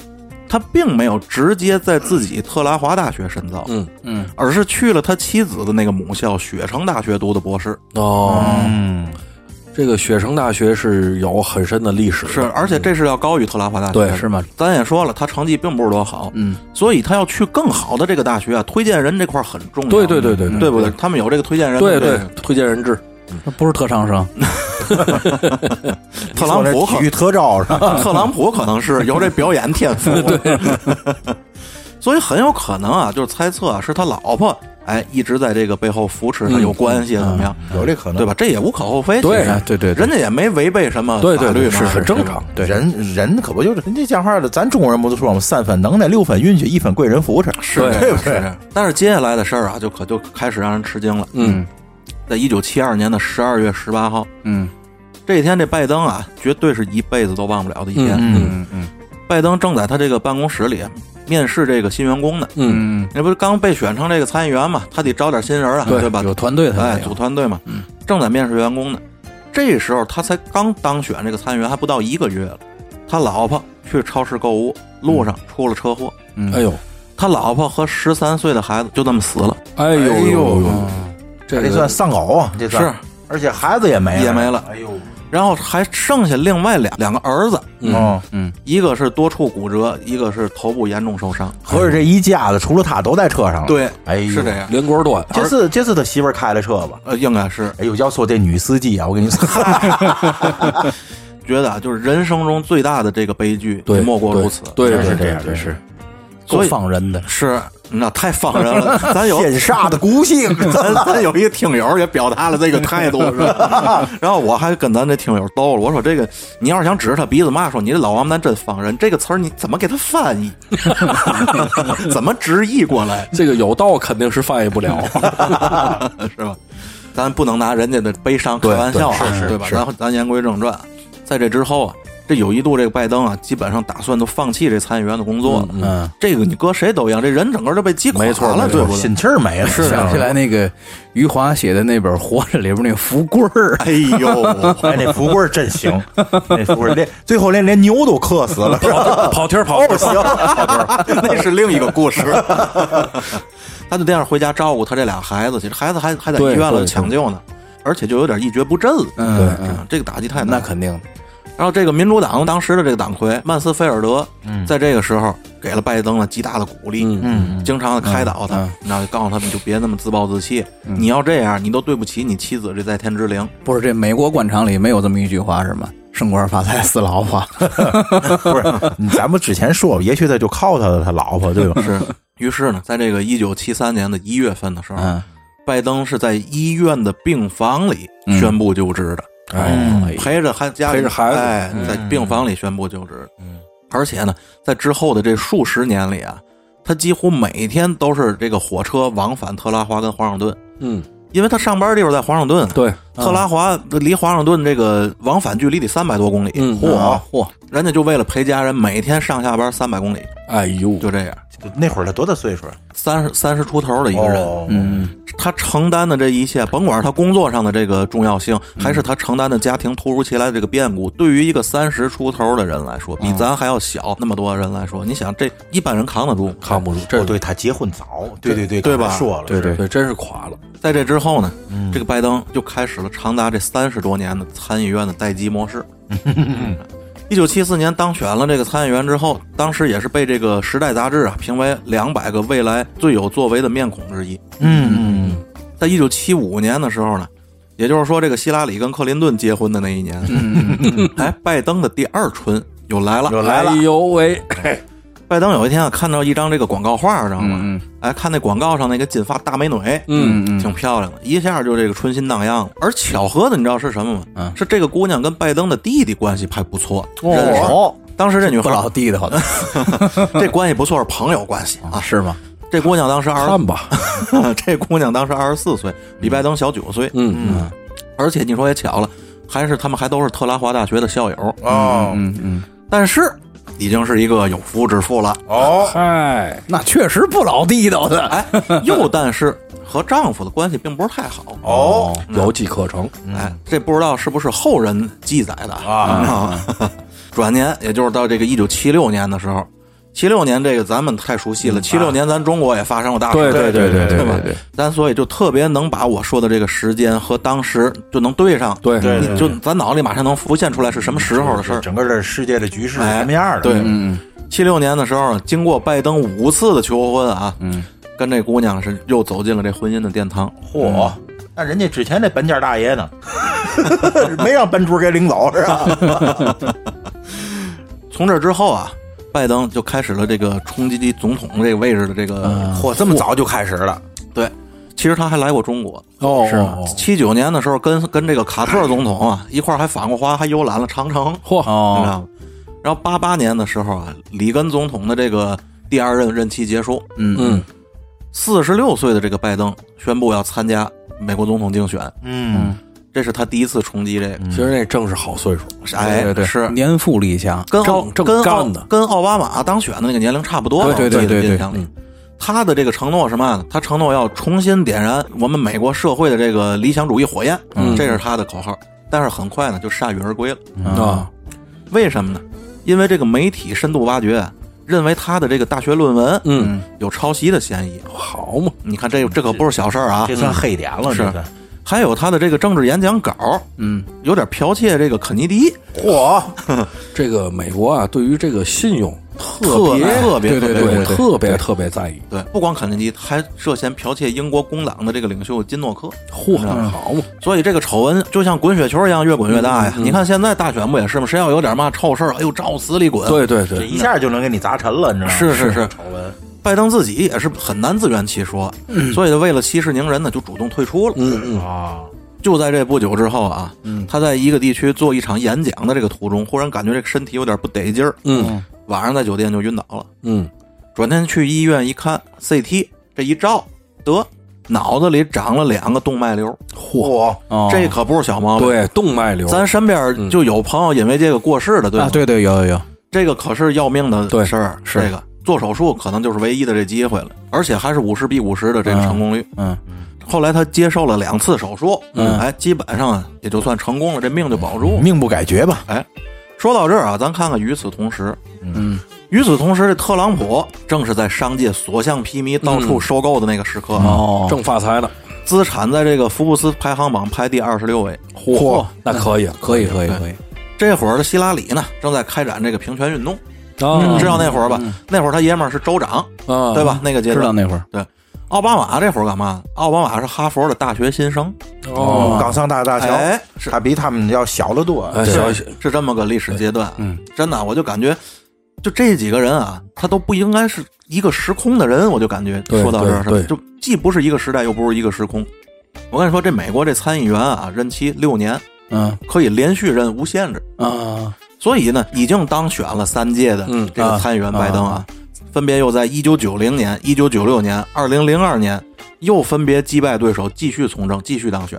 Speaker 1: 他并没有直接在自己特拉华大学深造，
Speaker 2: 嗯
Speaker 3: 嗯，
Speaker 1: 而是去了他妻子的那个母校雪城大学读的博士。
Speaker 2: 哦，
Speaker 4: 嗯，
Speaker 2: 这个雪城大学是有很深的历史的，
Speaker 1: 是，而且这是要高于特拉华大学。
Speaker 2: 嗯对
Speaker 3: 是吗？
Speaker 1: 咱也说了，他成绩并不是多好，
Speaker 3: 嗯，
Speaker 1: 所以他要去更好的这个大学啊，推荐人这块儿很重要。嗯
Speaker 2: 对对对对
Speaker 1: 对，不对？他们有这个推荐人。
Speaker 2: 对对，推荐人制，
Speaker 3: 那不是特长生，
Speaker 1: 特朗普可
Speaker 4: 体育特招 是吧？
Speaker 1: 特朗普可能是有这表演天 赋，对， 所以很有可能啊，就是猜测啊，是他老婆哎一直在这个背后扶
Speaker 2: 嗯
Speaker 1: 持他，有关系啊怎么样，
Speaker 4: 有这可能，
Speaker 1: 对吧？？这也无可厚非，
Speaker 2: 对
Speaker 1: 其实
Speaker 3: 对对对
Speaker 1: 人家也没违背什么
Speaker 2: 对对
Speaker 1: 法律
Speaker 2: 对，
Speaker 1: 嘛，
Speaker 2: 是很
Speaker 1: 吧
Speaker 2: 正常。
Speaker 4: 对，人人可不就是人家讲话的，咱中国人不都说吗？三分能耐，六分运气，一分贵人扶持，是
Speaker 2: 对
Speaker 4: 对不对？
Speaker 1: 但是接下来的事儿啊，就可就开始让人吃惊了。
Speaker 2: 嗯，
Speaker 1: 在一九七二年的十二月十八号
Speaker 3: 嗯
Speaker 1: 这一天，这拜登啊，绝对是一辈子都忘不了的一天。
Speaker 2: 嗯
Speaker 3: 嗯嗯
Speaker 1: 拜登正在他这个办公室里啊面试这个新员工呢，
Speaker 2: 嗯，
Speaker 3: 嗯，
Speaker 1: 那不是刚被选成这个参议员嘛，他得招点新人啊，
Speaker 2: 对
Speaker 1: 吧？
Speaker 3: 有团队他
Speaker 1: 哎，
Speaker 3: 没有
Speaker 1: 组团队嘛，正在面试员工呢。这时候他才刚当选这个参议员，还不到一个月了。他老婆去超市购物，路上出了车祸，
Speaker 3: 嗯
Speaker 2: 哎呦，
Speaker 1: 他老婆和十三岁的孩子就这么死了，
Speaker 2: 哎呦
Speaker 4: 哎呦
Speaker 2: 呦呦，
Speaker 3: 嗯
Speaker 2: 这
Speaker 4: 这
Speaker 2: 个
Speaker 4: 算丧偶啊，这算
Speaker 1: 是，
Speaker 4: 而且孩子也没了，
Speaker 1: 也没了
Speaker 4: 哎呦，
Speaker 1: 然后还剩下另外两两个儿子，
Speaker 2: 嗯，
Speaker 4: 哦，
Speaker 3: 嗯
Speaker 1: 一个是多处骨折，一个是头部严重受伤。
Speaker 4: 合着这一家子除了他都在车上了。，
Speaker 1: 对，
Speaker 4: 哎呦，
Speaker 1: 是这。样，
Speaker 2: 连锅端，
Speaker 4: 这次这次他媳妇儿开了车吧？
Speaker 1: 呃，应该是
Speaker 4: 哎呦，要说这女司机啊，我跟你说，
Speaker 1: 觉得啊，就是人生中最大的这个悲剧，
Speaker 2: 对，
Speaker 1: 莫过
Speaker 2: 对
Speaker 1: 如此。
Speaker 2: 对对
Speaker 4: 是
Speaker 2: 对
Speaker 4: 这样，
Speaker 2: 对
Speaker 4: 这是
Speaker 3: 够
Speaker 1: 所以
Speaker 3: 放人的，
Speaker 1: 是，那太放人 了。咱有
Speaker 4: 天煞的孤星，
Speaker 1: 咱咱有一个听友也表达了这个态度，是 吧？然后我还跟咱这听友逗了，我说这个你要是想指着他鼻子骂，说你这老王八蛋真放人，这个词儿你怎么给他翻译？ 怎么直译过 来，
Speaker 2: 这个有道肯定是翻译不了，
Speaker 1: 是吧？咱不能拿人家的悲伤开玩笑啊，
Speaker 4: 对对是是
Speaker 1: 对吧？
Speaker 4: 是
Speaker 1: 咱咱言归正传，在这之后啊，这有一度这个拜登啊，基本上打算都放弃这参议员的工作了。
Speaker 3: 嗯，
Speaker 1: 这个你搁谁都一样，这人整个都被击垮
Speaker 2: 没错
Speaker 1: 了，
Speaker 2: 没
Speaker 1: 对
Speaker 2: 错
Speaker 1: 不对？
Speaker 4: 心气儿没了，是啊
Speaker 3: 想起来那个余华写的那本《活着》里边那个福贵儿，
Speaker 1: 哎呦，
Speaker 4: 哎，那富贵儿真 行，那富贵儿连最后连连牛都克死了，是吧？
Speaker 3: 啊
Speaker 2: 跑题儿跑题儿，
Speaker 4: 行，
Speaker 1: 那是另一个故事。 他就这样回家照顾他这俩孩子，其实孩子还还在医
Speaker 2: 对
Speaker 1: 院
Speaker 2: 对
Speaker 1: 了
Speaker 2: 对
Speaker 1: 抢救呢，而且就有点一蹶不振了。
Speaker 3: 嗯
Speaker 1: 这样，这个打击太大。
Speaker 3: 那肯定的，
Speaker 1: 然后这个民主党当时的这个党魁曼斯菲尔德，在这个时候给了拜登了极大的鼓励，
Speaker 2: 嗯
Speaker 4: 嗯，
Speaker 1: 经常的开导他
Speaker 3: 嗯，
Speaker 1: 那就告诉他们就别那么自暴自弃，你要这样，你都对不起你妻子这在天之灵。
Speaker 3: 不是这美国官场里没有这么一句话是吗？升官发财死老婆，
Speaker 4: 不是，咱们之前说，也许他就靠他他老婆，对吧？
Speaker 1: 是，于是呢，在这个一九七三年的一月份的时候，
Speaker 3: 嗯，
Speaker 1: 拜登是在医院的病房里
Speaker 3: 嗯
Speaker 1: 宣布就职的。
Speaker 2: 哎，
Speaker 1: 陪着孩家里
Speaker 2: 陪着孩子
Speaker 1: 哎，在病房里宣布就职。嗯，而且呢，在之后的这数十年里啊，他几乎每天都是这个火车往返特拉华跟华盛顿，
Speaker 2: 嗯，
Speaker 1: 因为他上班地方在华盛顿。，
Speaker 2: 对，
Speaker 1: 特拉华离华盛顿这个往返距离得三百多公里，
Speaker 2: 嗯
Speaker 1: 嚯
Speaker 3: 啊，嚯，
Speaker 1: 人家就为了陪家人，每天上下班三百公里，
Speaker 2: 哎呦，
Speaker 1: 就这样，
Speaker 4: 那会儿他多大岁数啊？哦
Speaker 1: 三十三十出头的一个人。
Speaker 3: 嗯，
Speaker 1: 他承担的这一切，甭管是他工作上的这个重要性，还是他承担的家庭突如其来的这个变故，对于一个三十出头的人来说，比咱还要小那么多人来说，你想这一般人扛得住？
Speaker 2: 扛不住，
Speaker 4: 哦，
Speaker 2: 这
Speaker 4: 对他结婚早，对对对，
Speaker 1: 对吧
Speaker 4: 刚才说了，
Speaker 3: 对对
Speaker 4: 是
Speaker 2: 对，真是垮了，
Speaker 1: 在这之后呢，
Speaker 4: 嗯
Speaker 1: 这个拜登就开始了长达这三十多年的参议院的待机 模式。一九七四年当选了这个参议员之后，当时也是被这个《时代》杂志啊评为两百个未来最有作为的面孔之一。
Speaker 4: 嗯嗯
Speaker 1: 在一九七五年的时候呢，也就是说这个希拉里跟克林顿结婚的那一年，
Speaker 4: 嗯
Speaker 1: 哎，拜登的第二春又来了。
Speaker 4: 又来了
Speaker 2: 哎呦喂，
Speaker 1: 拜登有一天啊，看到一张这个广告画，知道吗？
Speaker 3: 嗯
Speaker 1: 哎，看那广告上那个金发大美女，
Speaker 2: 嗯
Speaker 1: 挺漂亮的，一下就这个春心荡漾了。而巧合的，你知道是什么吗？
Speaker 3: 嗯
Speaker 1: 是这个姑娘跟拜登的弟弟关系还不错，认识。
Speaker 3: 哦，
Speaker 1: 当时这女
Speaker 3: 不
Speaker 1: 孩
Speaker 3: 老地道的
Speaker 1: 这关系不错，是朋友关系啊。
Speaker 3: 是吗？
Speaker 1: 这姑娘当时二，
Speaker 2: 看吧，
Speaker 1: 这姑娘当时二十四岁，比拜登小九岁。
Speaker 2: 嗯嗯，
Speaker 1: 而且你说也巧了，还是他们还都是特拉华大学的校友，
Speaker 4: 哦
Speaker 3: 嗯嗯，
Speaker 1: 但是已经是一个有夫之妇了。
Speaker 3: 嗯
Speaker 4: 哦，
Speaker 3: 哎
Speaker 2: 嗨，
Speaker 3: 那确实不老地道的，
Speaker 1: 哎，又但是和丈夫的关系并不是太好。
Speaker 4: 哦
Speaker 3: 嗯
Speaker 2: 有迹可乘。
Speaker 1: 哎，这不知道是不是后人记载的
Speaker 4: 啊
Speaker 1: 你知道
Speaker 2: 嗯
Speaker 1: 吗？ 转年，也就是到这个一九七六年的时候，七六年这个咱们太熟悉了，七六年咱中国也发生过大事，
Speaker 2: 嗯啊对对对
Speaker 1: 对吧
Speaker 4: 对对，
Speaker 1: 咱所以就特别能把我说的这个时间和当时就能对上，
Speaker 2: 对对
Speaker 1: 你就咱脑子里马上能浮现出来是什么时候的事儿。
Speaker 4: 整个这世界的局势是
Speaker 1: 哎
Speaker 4: 什么样的？
Speaker 1: 对
Speaker 3: 嗯，
Speaker 1: 七六年的时候，经过拜登五次的求婚啊，嗯，跟这姑娘是又走进了这婚姻的殿堂。
Speaker 4: 嚯！那人家之前那本家大爷呢？ 没让班主给领走是吧？
Speaker 1: 从这之后啊，拜登就开始了这个冲击总统这个位置的这个
Speaker 2: 嗯
Speaker 4: 嚯，这么早就开始了，
Speaker 1: 对，其实他还来过中国。
Speaker 2: 哦，是
Speaker 1: 七九年的时候跟，跟这个卡特总统啊一块儿还访过花，还游览了长城，你
Speaker 2: 嚯，
Speaker 1: 知
Speaker 4: 哦，
Speaker 1: 道吗？然后八八年的时候啊，里根总统的这个第二任任期结束，
Speaker 4: 嗯
Speaker 2: 嗯，
Speaker 1: 四十六岁的这个拜登宣布要参加美国总统竞选，
Speaker 4: 嗯，
Speaker 1: 这是他第一次冲击这个。
Speaker 2: 其实那正是好岁数，
Speaker 1: 哎，
Speaker 3: 对对对，
Speaker 1: 是
Speaker 3: 年富力强，
Speaker 1: 跟奥
Speaker 2: 正
Speaker 1: 跟
Speaker 2: 正
Speaker 1: 奥
Speaker 2: 干的
Speaker 1: 跟奥巴马当选的那个年龄差不多了。
Speaker 3: 对对对
Speaker 1: 我记得
Speaker 3: 对对
Speaker 1: 印象里，他的这个承诺是嘛呢？他承诺要重新点燃我们美国社会的这个理想主义火焰，这是他的口号。但是很快呢，就铩羽而归了。
Speaker 2: 啊，
Speaker 1: 为什么呢？因为这个媒体深度挖掘，认为他的这个大学论文，
Speaker 2: 嗯，
Speaker 1: 有抄袭的嫌
Speaker 3: 嗯
Speaker 1: 疑。
Speaker 2: 好嘛，
Speaker 1: 你看这这可不是小事儿啊
Speaker 4: 这！算黑点了，
Speaker 1: 是
Speaker 4: 这算
Speaker 1: 还有他的这个政治演讲稿，嗯，有点剽窃这个肯尼迪，
Speaker 4: 嚯，
Speaker 2: 这个美国啊，对于这个信用特
Speaker 1: 特
Speaker 2: 别
Speaker 1: 特别
Speaker 3: 对
Speaker 1: 特别
Speaker 3: 对
Speaker 2: 对特别特别在意。
Speaker 1: 对，不光肯尼迪，还涉嫌剽窃英国工党的这个领袖金诺克，
Speaker 2: 嚯，嗯好嘛，嗯
Speaker 1: 所以这个丑闻就像滚雪球一样越滚越大呀。你看现在大选不也是吗？谁要有点嘛臭事儿，哎呦，照死里滚。，
Speaker 2: 对对
Speaker 4: 这
Speaker 2: 对，
Speaker 4: 一下就能给你砸沉了，你知道吗？
Speaker 1: 是是是，
Speaker 4: 丑闻，
Speaker 1: 拜登自己也是很难自圆其说，所以他为了息事宁人呢，就主动退出了。
Speaker 2: 嗯嗯，
Speaker 4: 啊，
Speaker 1: 就在这不久之后啊，他在一个地区做一场演讲的这个途中，忽然感觉这个身体有点不得劲儿，
Speaker 2: 嗯
Speaker 1: 晚上在酒店就晕倒了。
Speaker 2: 嗯，
Speaker 1: 转天去医院一看 CT，这一照得脑子里长了两个动脉瘤，
Speaker 4: 嚯，
Speaker 3: 哦
Speaker 1: 这可不是小毛病。
Speaker 2: 对，动脉瘤，
Speaker 1: 咱身边就有朋友因为这个过世的，对吧？
Speaker 3: 啊，对对，有有有，
Speaker 1: 这个可是要命的
Speaker 2: 对
Speaker 1: 事儿，
Speaker 3: 是
Speaker 1: 这个做手术可能就是唯一的这机会了，而且还是五十比五十的这个成功率。
Speaker 3: 嗯，
Speaker 1: 后来他接受了两次手术，嗯，哎，基本上也就算成功了，这命就保住。
Speaker 4: 命不改绝吧？
Speaker 1: 说到这儿啊，咱看看与此同时，嗯，与此同时，这特朗普正是在商界所向披靡、到处收购的那个时刻啊，
Speaker 3: 哦，
Speaker 2: 正发财呢，
Speaker 1: 资产在这个福布斯排行榜排第二十六位。
Speaker 2: 嚯，那可以
Speaker 3: 可以可以可以，
Speaker 1: 这会儿的希拉里呢，正在开展这个平权运动，
Speaker 2: 啊
Speaker 3: 哦嗯
Speaker 1: 知道那会儿吧？那会儿他爷们儿是州长，
Speaker 2: 啊，
Speaker 1: 对？吧？那个阶
Speaker 3: 知道
Speaker 1: 段，
Speaker 3: 那会儿，
Speaker 1: 对，奥巴马这会儿干嘛？奥巴马是哈佛的大学新生，
Speaker 2: 哦，
Speaker 4: 刚上大大桥
Speaker 1: 哎，是
Speaker 4: 他比他们要呃小得多，
Speaker 2: 哎，小小
Speaker 1: 是这么个历史阶段。嗯，真的，我就感觉，就这几个人啊，他都不应该是一个时空的人。我就感觉
Speaker 2: 对
Speaker 1: 说到这儿是吧
Speaker 2: 对，对
Speaker 1: 就既不是一个时代，又不是一个时空。我跟你说，这美国这参议员啊，任期六年，
Speaker 3: 嗯
Speaker 1: 可以连续任无限制。
Speaker 3: 啊，
Speaker 1: 所以呢，已经当选了三届的
Speaker 2: 嗯
Speaker 1: 这个参议员拜登啊，分别又在一九九零年、一九九六年、二零零二年又分别击败对手，继续从政，继续 当选。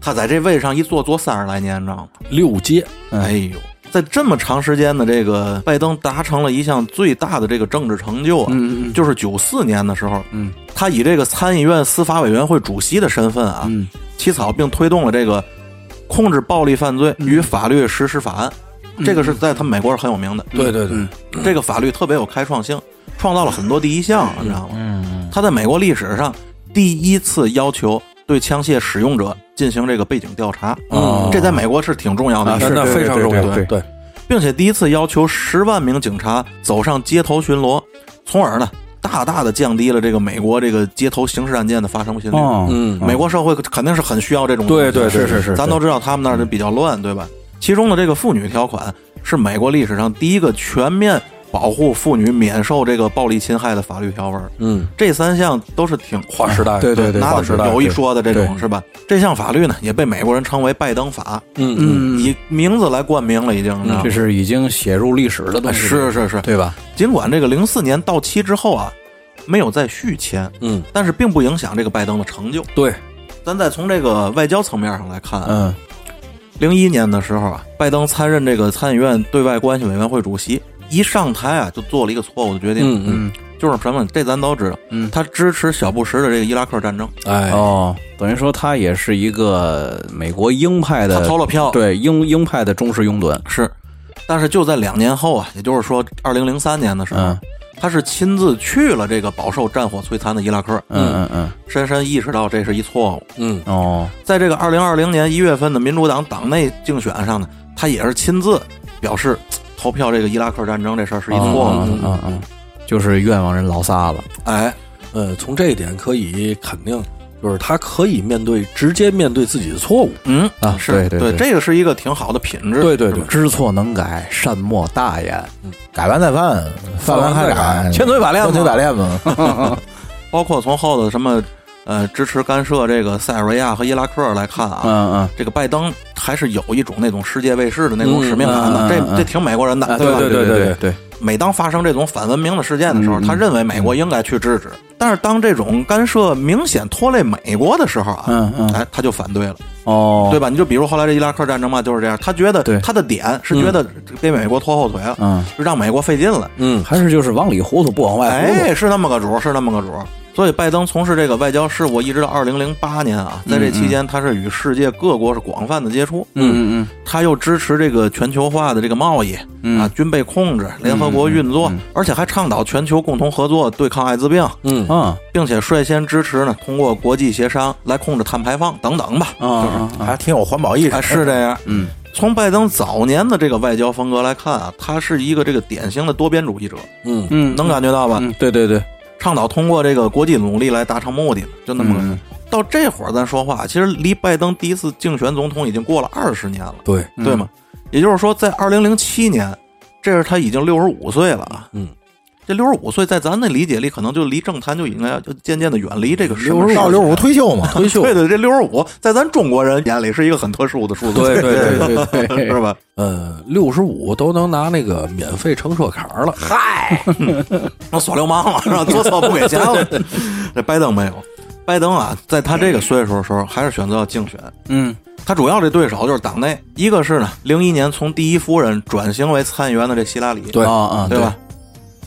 Speaker 1: 他在这位上一坐坐三十来年，你知道吗？
Speaker 2: 六街，
Speaker 3: 嗯
Speaker 1: 哎呦，在这么长时间的这个拜登达成了一项最大的这个政治成就啊，
Speaker 3: 嗯嗯
Speaker 1: 就是九四年的时候，嗯，他以这个参议院司法委员会主席的身份啊，
Speaker 3: 嗯
Speaker 1: 起草并推动了这个控制暴力犯罪
Speaker 3: 嗯
Speaker 1: 与法律实施法案，这个是在他们美国是很有名
Speaker 3: 嗯
Speaker 1: 的。
Speaker 2: 对对对，
Speaker 1: 这个法律特别有开创性，创造了很多第一项，你知道吗？嗯，他在美国历史上第一次要求对枪械使用者进行这个背景调查，
Speaker 2: 嗯
Speaker 1: 这在美国是挺重要的
Speaker 3: 哦啊
Speaker 1: 一
Speaker 2: 那
Speaker 1: 个
Speaker 3: 是
Speaker 2: 那
Speaker 3: 对
Speaker 2: 非常重要，
Speaker 3: 对对
Speaker 2: 对，
Speaker 1: 并且第一次要求十万名警察走上街头巡逻，从而呢大大的降低了这个美国这个街头刑事案件的发生频率。
Speaker 3: 哦，
Speaker 2: 嗯
Speaker 1: 美国社会肯定是很需要这种东
Speaker 2: 对
Speaker 1: 西
Speaker 2: 对
Speaker 1: 的
Speaker 2: 是是
Speaker 3: 是
Speaker 1: 咱都知道他们那儿就比较乱，对吧？其中的这个妇女条款是美国历史上第一个全面保护妇女免受这个暴力侵害的法律条文。
Speaker 2: 嗯，
Speaker 1: 这三项都是挺
Speaker 2: 划时代，
Speaker 3: 啊对对对，
Speaker 1: 拿
Speaker 3: 划时代
Speaker 1: 的有一
Speaker 3: 对
Speaker 1: 说的这种
Speaker 3: 对
Speaker 1: 是吧？这项法律呢也被美国人称为拜登法，
Speaker 2: 嗯嗯。
Speaker 3: 嗯，
Speaker 1: 以名字来冠名了，已经你知道吗
Speaker 3: 这是已经写入历史的东西，
Speaker 1: 是是是，
Speaker 3: 对吧？
Speaker 1: 尽管这个零四年到期之后啊，没有再续签，
Speaker 2: 嗯，
Speaker 1: 但是并不影响这个拜登的成就。
Speaker 2: 对，
Speaker 1: 咱再从这个外交层面上来看，啊
Speaker 3: 嗯
Speaker 1: 零一年的时候啊，拜登参任这个参议院对外关系委员会主席，一上台啊就做了一个错误的决定，
Speaker 2: 嗯嗯，
Speaker 1: 就是什么，这咱都知道，
Speaker 3: 嗯
Speaker 1: 他支持小布什的这个伊拉克战争，
Speaker 2: 哎，
Speaker 3: 哦，等于说他也是一个美国鹰派
Speaker 1: 他
Speaker 3: 的，
Speaker 1: 投了票，
Speaker 3: 对鹰鹰派的忠实拥趸。
Speaker 1: 是。但是就在两年后啊，也就是说，二零零三年的时候，
Speaker 3: 嗯
Speaker 1: 他是亲自去了这个饱受战火摧残的伊拉克，
Speaker 3: 嗯嗯嗯，
Speaker 1: 深深意识到这是一错误。
Speaker 2: 嗯，
Speaker 3: 哦，
Speaker 1: 在这个二零二零年一月份的民主党党内竞选上呢，他也是亲自表示投票这个伊拉克战争这事儿是一错误。
Speaker 3: 嗯嗯嗯嗯，就是冤枉人老撒了。
Speaker 1: 哎，
Speaker 2: 呃，从这一点可以肯定，就是他可以面对直接面对自己的错误。
Speaker 1: 嗯
Speaker 3: 啊
Speaker 1: 是
Speaker 3: 对对对
Speaker 1: 这个是一个挺好的品质。
Speaker 2: 对对对，
Speaker 3: 知错能改，善莫大焉。
Speaker 4: 改完再犯，犯完还改，
Speaker 3: 千锤百炼嘛嗯
Speaker 4: 千锤百炼嘛。
Speaker 1: 包括从后头什么呃支持干涉这个塞尔维亚和伊拉克来看啊，
Speaker 3: 嗯
Speaker 1: 这个拜登还是有一种那种世界卫士的那种使命感的，
Speaker 3: 嗯嗯嗯嗯
Speaker 1: 这这挺美国人的，
Speaker 3: 嗯，
Speaker 1: 啊吧？
Speaker 2: 对对
Speaker 3: 对
Speaker 2: 对
Speaker 3: 对，
Speaker 1: 每当发生这种反文明的事件的时候，
Speaker 3: 嗯嗯
Speaker 1: 他认为美国应该去制止，但是当这种干涉明显拖累美国的时候啊，
Speaker 3: 嗯嗯，
Speaker 1: 哎，他就反对了，
Speaker 3: 哦，
Speaker 1: 对吧？你就比如后来这伊拉克战争嘛，就是这样，他觉得
Speaker 3: 对
Speaker 1: 他的点是觉得给美国拖后腿了，
Speaker 3: 嗯，
Speaker 1: 就让美国费劲了，
Speaker 2: 嗯，
Speaker 3: 还是就是往里糊涂不往外糊
Speaker 1: 哎，是那么个主儿，是那么个主儿。所以，拜登从事这个外交事务一直到二零零八年啊，在这期间，他是与世界各国是广泛的接触，
Speaker 3: 涂。嗯嗯嗯
Speaker 1: 他又支持这个全球化的这个贸易
Speaker 3: 嗯
Speaker 1: 啊，军备控制、联合国运作，而且还倡导全球共同合作对抗艾滋病，
Speaker 2: 嗯
Speaker 3: 嗯，啊
Speaker 1: 并且率先支持呢通过国际协商来控制碳排放等等吧。
Speaker 3: 啊啊啊，
Speaker 4: 还挺有环保意
Speaker 1: 啊，
Speaker 4: 识，
Speaker 1: 是这样。
Speaker 3: 嗯，
Speaker 1: 从拜登早年的这个外交风格来看啊，他是一个这个典型的多边主义者，
Speaker 2: 嗯，
Speaker 3: 嗯，
Speaker 1: 能感觉到吧？
Speaker 3: 嗯，对对对，
Speaker 1: 倡导通过这个国际努力来达成目的，就那么个。
Speaker 3: 嗯
Speaker 1: 到这会儿咱说话，其实离拜登第一次竞选总统已经过了二十年了，
Speaker 2: 对，
Speaker 3: 嗯
Speaker 1: 对吗？也就是说，在二零零七年，这是他已经六十五岁了啊。
Speaker 2: 嗯，
Speaker 1: 这六十五岁，在咱的理解里，可能就离政坛就应该就渐渐的远离这个身份
Speaker 4: 到
Speaker 1: 社
Speaker 4: 六
Speaker 1: 会
Speaker 4: 十五退休嘛，
Speaker 2: 退休，
Speaker 1: 对对，这六十五在咱中国人眼里是一个很特殊的数字，
Speaker 2: 对对对对，
Speaker 3: 对对对，
Speaker 1: 是吧？
Speaker 2: 呃，六十五都能拿那个免费乘车卡了。嗨，
Speaker 1: 那耍流氓了，是吧？做错不给钱了。 这拜登没有，拜登啊，在他这个岁数的时候，还是选择要竞选。
Speaker 3: 嗯
Speaker 1: 他主要这对手就是党内，一个是呢，零一年从第一夫人转型为参议员的这希拉里，
Speaker 2: 对
Speaker 3: 啊啊，
Speaker 1: 对吧？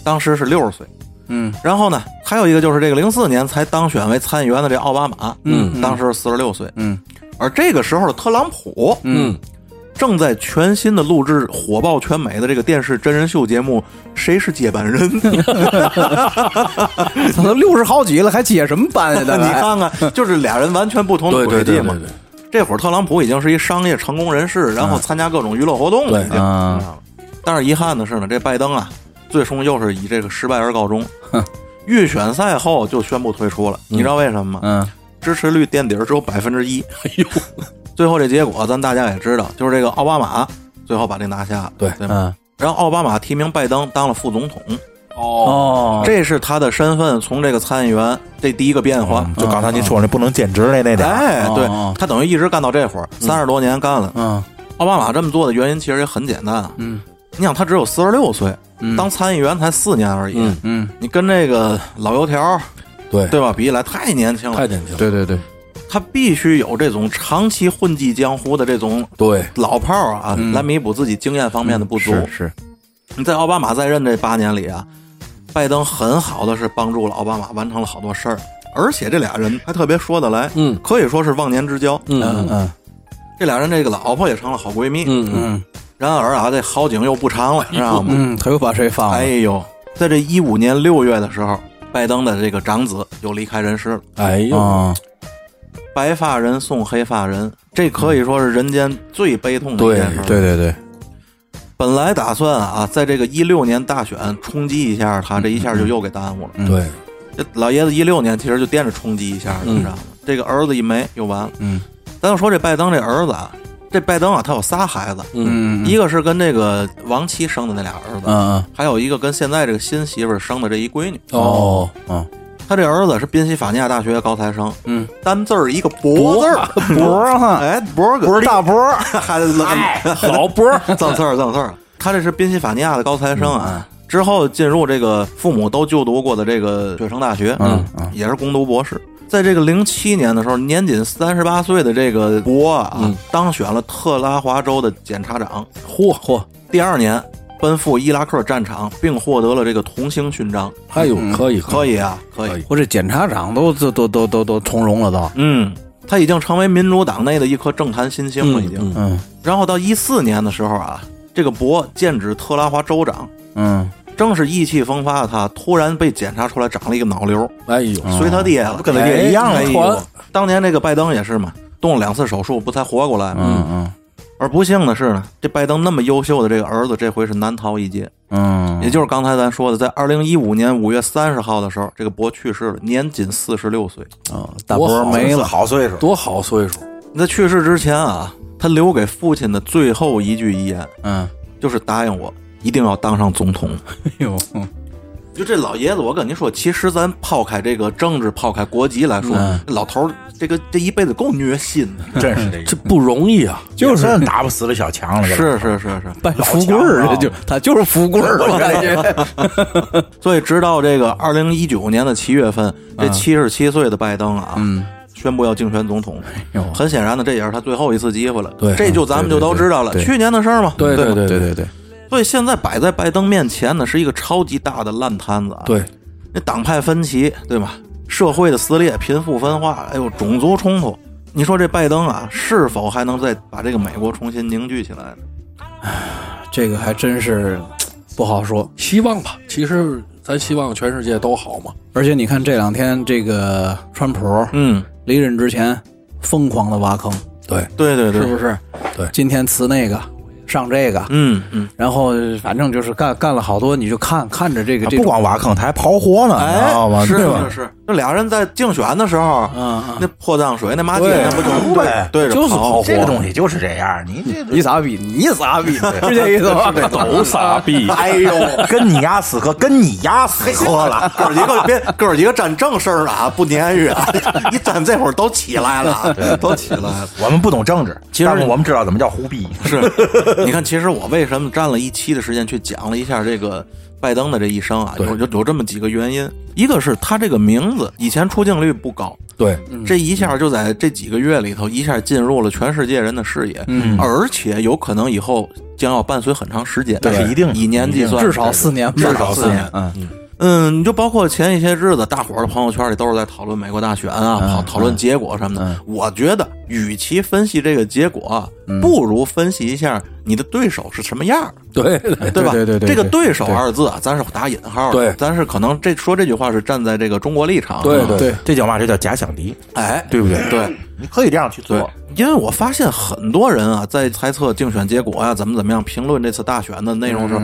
Speaker 1: 当时是六十岁。
Speaker 3: 嗯
Speaker 1: 然后呢，还有一个就是这个零四年才当选为参议员的这奥巴马，
Speaker 2: 嗯
Speaker 1: 当时是四十六岁。
Speaker 3: 嗯
Speaker 1: 而这个时候的特朗普
Speaker 2: 嗯，
Speaker 1: 正在全新的录制火爆全美的这个电视真人秀节目《谁是接班人》。
Speaker 3: 他都六十好几了，还接什么班 呀？
Speaker 1: 那你
Speaker 3: 大概
Speaker 1: 看看，就是俩人完全不同的
Speaker 2: 哎对
Speaker 1: 轨
Speaker 2: 对
Speaker 1: 迹
Speaker 2: 对
Speaker 1: 嘛
Speaker 2: 对。对，
Speaker 1: 这会儿特朗普已经是一商业成功人士，然后参加各种娱乐活动了，已经。
Speaker 2: 对
Speaker 3: 啊
Speaker 1: 嗯但是遗憾的是呢，这拜登啊，最终又是以这个失败而告终
Speaker 3: 哼。
Speaker 1: 预选赛后就宣布退出了，你知道为什么吗？
Speaker 3: 嗯
Speaker 1: 支持率垫底儿只有百分之一。
Speaker 2: 哎呦，
Speaker 1: 最后这结果咱大家也知道，就是这个奥巴马最后把这拿下了，
Speaker 2: 对
Speaker 1: 对吧？
Speaker 3: 嗯
Speaker 1: 然后奥巴马提名拜登当了副总统，
Speaker 4: 嗯
Speaker 2: 哦，
Speaker 3: 哦，
Speaker 1: 这是他的身份从这个参议员这第一个变化。
Speaker 2: 嗯
Speaker 4: 就刚才您说那不能兼职那那点儿，
Speaker 1: 哎，对
Speaker 3: 哦
Speaker 1: 他等于一直干到这会儿，三十多年干了。
Speaker 3: 嗯
Speaker 1: 奥巴马这么做的原因其实也很简单啊，
Speaker 3: 嗯
Speaker 1: 你想他只有四十六岁，当参议员才四年而已，
Speaker 2: 嗯，
Speaker 3: 嗯，
Speaker 1: 你跟这个老油条
Speaker 2: 对，
Speaker 1: 对吧比起来太年轻了
Speaker 2: 太，年轻了，
Speaker 3: 对对对，
Speaker 1: 他必须有这种长期混迹江湖的这种
Speaker 2: 对，
Speaker 1: 老炮儿啊，来弥补自己经验方面的不足。
Speaker 3: 嗯是是，
Speaker 1: 你在奥巴马在任这八年里啊，拜登很好的是帮助了奥巴马完成了好多事儿，而且这俩人还特别说得来，
Speaker 2: 嗯
Speaker 1: 可以说是忘年之交。
Speaker 2: 嗯
Speaker 3: 嗯
Speaker 1: 这俩人这个老婆也成了好闺蜜。
Speaker 2: 嗯嗯，
Speaker 3: 嗯
Speaker 1: 然而啊，这好景又不长了，知道吗？
Speaker 3: 嗯，他又把谁放
Speaker 1: 哎
Speaker 3: 了？
Speaker 1: 呦，在这一五年六月的时候，拜登的这个长子又离开人世了。
Speaker 2: 哎呦，
Speaker 3: 啊，
Speaker 1: 白发人送黑发人，这可以说是人间最悲痛的一件事。
Speaker 3: 对，对对，
Speaker 1: 本来打算啊，在这个一六年大选冲击一下他，这一下就又给耽误了。
Speaker 3: 嗯
Speaker 2: 对，
Speaker 1: 这老爷子一六年其实就惦着冲击一下的，
Speaker 2: 嗯
Speaker 1: 你知道吗？啊这个儿子一没又完了。
Speaker 3: 嗯
Speaker 1: 咱就说这拜登这儿子啊，这拜登啊，他有仨孩子，
Speaker 2: 嗯
Speaker 3: 嗯
Speaker 1: 一个是跟这个亡妻生的那俩儿子，
Speaker 3: 嗯
Speaker 1: 还有一个跟现在这个新媳妇儿生的这一闺女。
Speaker 2: 哦，
Speaker 3: 嗯
Speaker 1: 他这儿子是宾夕法尼亚大学高材生，
Speaker 3: 嗯，
Speaker 1: 单字儿一个博字儿，
Speaker 3: 博 哈，
Speaker 1: 哎，博 哥，
Speaker 3: 不是大博，哎
Speaker 1: 还得
Speaker 2: 老波儿，
Speaker 1: 赠字儿赠字儿。他这是宾夕法尼亚的高材生啊，之后进入这个父母都就读过的这个雪城大学，
Speaker 3: 嗯
Speaker 1: 也是攻读博士。在这个零七年的时候，年仅三十八岁的这个博啊，
Speaker 2: 嗯
Speaker 1: 当选了特拉华州的检察长。
Speaker 2: 嚯嚯，
Speaker 1: 第二年，奔赴伊拉克战场，并获得了这个同星勋章。
Speaker 2: 哎呦，可以
Speaker 1: 可
Speaker 2: 以，
Speaker 1: 以啊，可
Speaker 2: 可以
Speaker 1: 以。
Speaker 3: 我这检察长都都都都都都从容了都，
Speaker 1: 嗯，他已经成为民主党内的一颗政坛新星了，已经。
Speaker 2: 嗯
Speaker 3: 嗯
Speaker 1: 然后到一四年的时候啊，这个博剑指特拉华州长，
Speaker 3: 嗯，
Speaker 1: 正是意气风发的他，突然被检查出来长了一个脑瘤，
Speaker 2: 哎呦，
Speaker 1: 随他爹了，
Speaker 4: 跟他爹一样啊
Speaker 1: 哎呦
Speaker 2: 传
Speaker 1: 当年这个拜登也是嘛，动了两次手术不才活过来吗？
Speaker 3: 嗯嗯
Speaker 1: 而不幸的是呢，这拜登那么优秀的这个儿子，这回是难逃一劫。
Speaker 3: 嗯，
Speaker 1: 也就是刚才咱说的，在二零一五年五月三十号的时候，这个博去世了，年仅四十六岁。
Speaker 3: 啊，大
Speaker 2: 我
Speaker 3: 伯
Speaker 2: 好
Speaker 3: 没了，
Speaker 4: 哦好岁数，
Speaker 2: 多好岁数，
Speaker 1: 在去世之前啊，他留给父亲的最后一句遗言
Speaker 3: 嗯，
Speaker 1: 就是答应我一定要当上总统。
Speaker 3: 哎呦，
Speaker 1: 就这老爷子，我跟你说，其实咱抛开这个政治，抛开国籍来说，
Speaker 3: 嗯
Speaker 1: 老头儿这个这一辈子够虐心的。
Speaker 4: 真是这
Speaker 2: 这
Speaker 4: 个，
Speaker 2: 不容易啊！
Speaker 4: 就算打不死了小强了，
Speaker 1: 是是是是，
Speaker 3: 拜富贵儿，这就他就是富贵儿，我感觉，
Speaker 1: 所以直到这个二零一九年的七月份，这七十七岁的拜登啊，
Speaker 3: 嗯，哎
Speaker 1: 宣布要竞选总统。
Speaker 3: 呦
Speaker 1: 很显然的，这也是他最后一次机会了。
Speaker 2: 对
Speaker 1: 这就咱们就都知道了，
Speaker 3: 对对对
Speaker 1: 去年的事儿嘛。
Speaker 2: 对
Speaker 1: 对吧
Speaker 2: 对
Speaker 3: 对对对，
Speaker 1: 所以现在摆在拜登面前呢，是一个超级大的烂摊子啊。，
Speaker 2: 对，
Speaker 1: 那党派分歧，对吧？社会的撕裂、贫富分化，哎呦，种族冲突。你说这拜登啊，是否还能再把这个美国重新凝聚起来呢？
Speaker 3: 这个还真是不好说。
Speaker 2: 希望吧。其实咱希望全世界都好嘛。
Speaker 3: 而且你看这两天这个川普
Speaker 1: 嗯，
Speaker 3: 离任之前疯狂的挖坑，
Speaker 2: 对，
Speaker 1: 对对对，
Speaker 3: 是不是？
Speaker 2: 对
Speaker 3: 今天辞那个，上这个，
Speaker 1: 嗯嗯，
Speaker 3: 然后反正就是干干了好多，你就看看着这个
Speaker 4: 啊
Speaker 3: 这
Speaker 4: 不
Speaker 3: 种
Speaker 4: 光挖坑，他还刨活
Speaker 1: 哎
Speaker 4: 呢，你知道吗？
Speaker 1: 是
Speaker 4: 对
Speaker 1: 是
Speaker 4: 吧？
Speaker 1: 是，这俩人在竞选的时候，
Speaker 3: 嗯嗯
Speaker 1: 那泼脏水，那骂街，
Speaker 4: 对
Speaker 1: 那不啊 就
Speaker 4: 哭呗
Speaker 1: 对对着
Speaker 3: 就是
Speaker 1: 跑
Speaker 3: 哭
Speaker 4: 这个东西就是这样，你这
Speaker 3: 你傻逼，你傻逼，是这意思吧？
Speaker 2: 都傻逼
Speaker 4: 哎呦， 跟你丫死磕，跟你丫死磕了。
Speaker 1: 哥儿几个别，哥儿几个沾正事儿啊，不年月啊， 一沾这会儿都起来了啊，都起来了。
Speaker 4: 我们不懂政治，
Speaker 1: 其实
Speaker 4: 但是我们知道怎么叫胡逼。
Speaker 1: 是，你看，其实我为什么占了一期的时间去讲了一下这个拜登的这一生啊？有有有这么几个原因，一个是他这个名字以前出镜率不高，
Speaker 2: 对，
Speaker 3: 嗯
Speaker 1: 这一下就在这几个月里头一下进入了全世界人的视野，嗯，而且有可能以后将要伴随很长时间，
Speaker 4: 对是一定
Speaker 1: 以年计算，
Speaker 3: 至少四年吧，
Speaker 1: 至少四年，
Speaker 3: 嗯，
Speaker 1: 嗯，你就包括前一些日子，大伙儿的朋友圈里都是在讨论美国大选啊，讨讨论结果什么的。我觉得，与其分析这个结果啊，不如分析一下你的对手是什么样儿，
Speaker 2: 对，
Speaker 1: 吧？
Speaker 3: 对对对对
Speaker 1: 这个
Speaker 3: 对
Speaker 1: “对手”二字啊，咱是打引号的，
Speaker 2: 对
Speaker 1: 咱是可能这说这句话是站在这个中国立场，
Speaker 2: 对
Speaker 1: 对，
Speaker 3: 对，
Speaker 4: 嗯这叫嘛？这叫假想敌，
Speaker 1: 哎，
Speaker 4: 对不对？
Speaker 1: 对
Speaker 4: 你可以这样去
Speaker 1: 对
Speaker 4: 做。，
Speaker 1: 因为我发现很多人啊，在猜测竞选结果啊，怎么怎么样，评论这次大选的内容时候，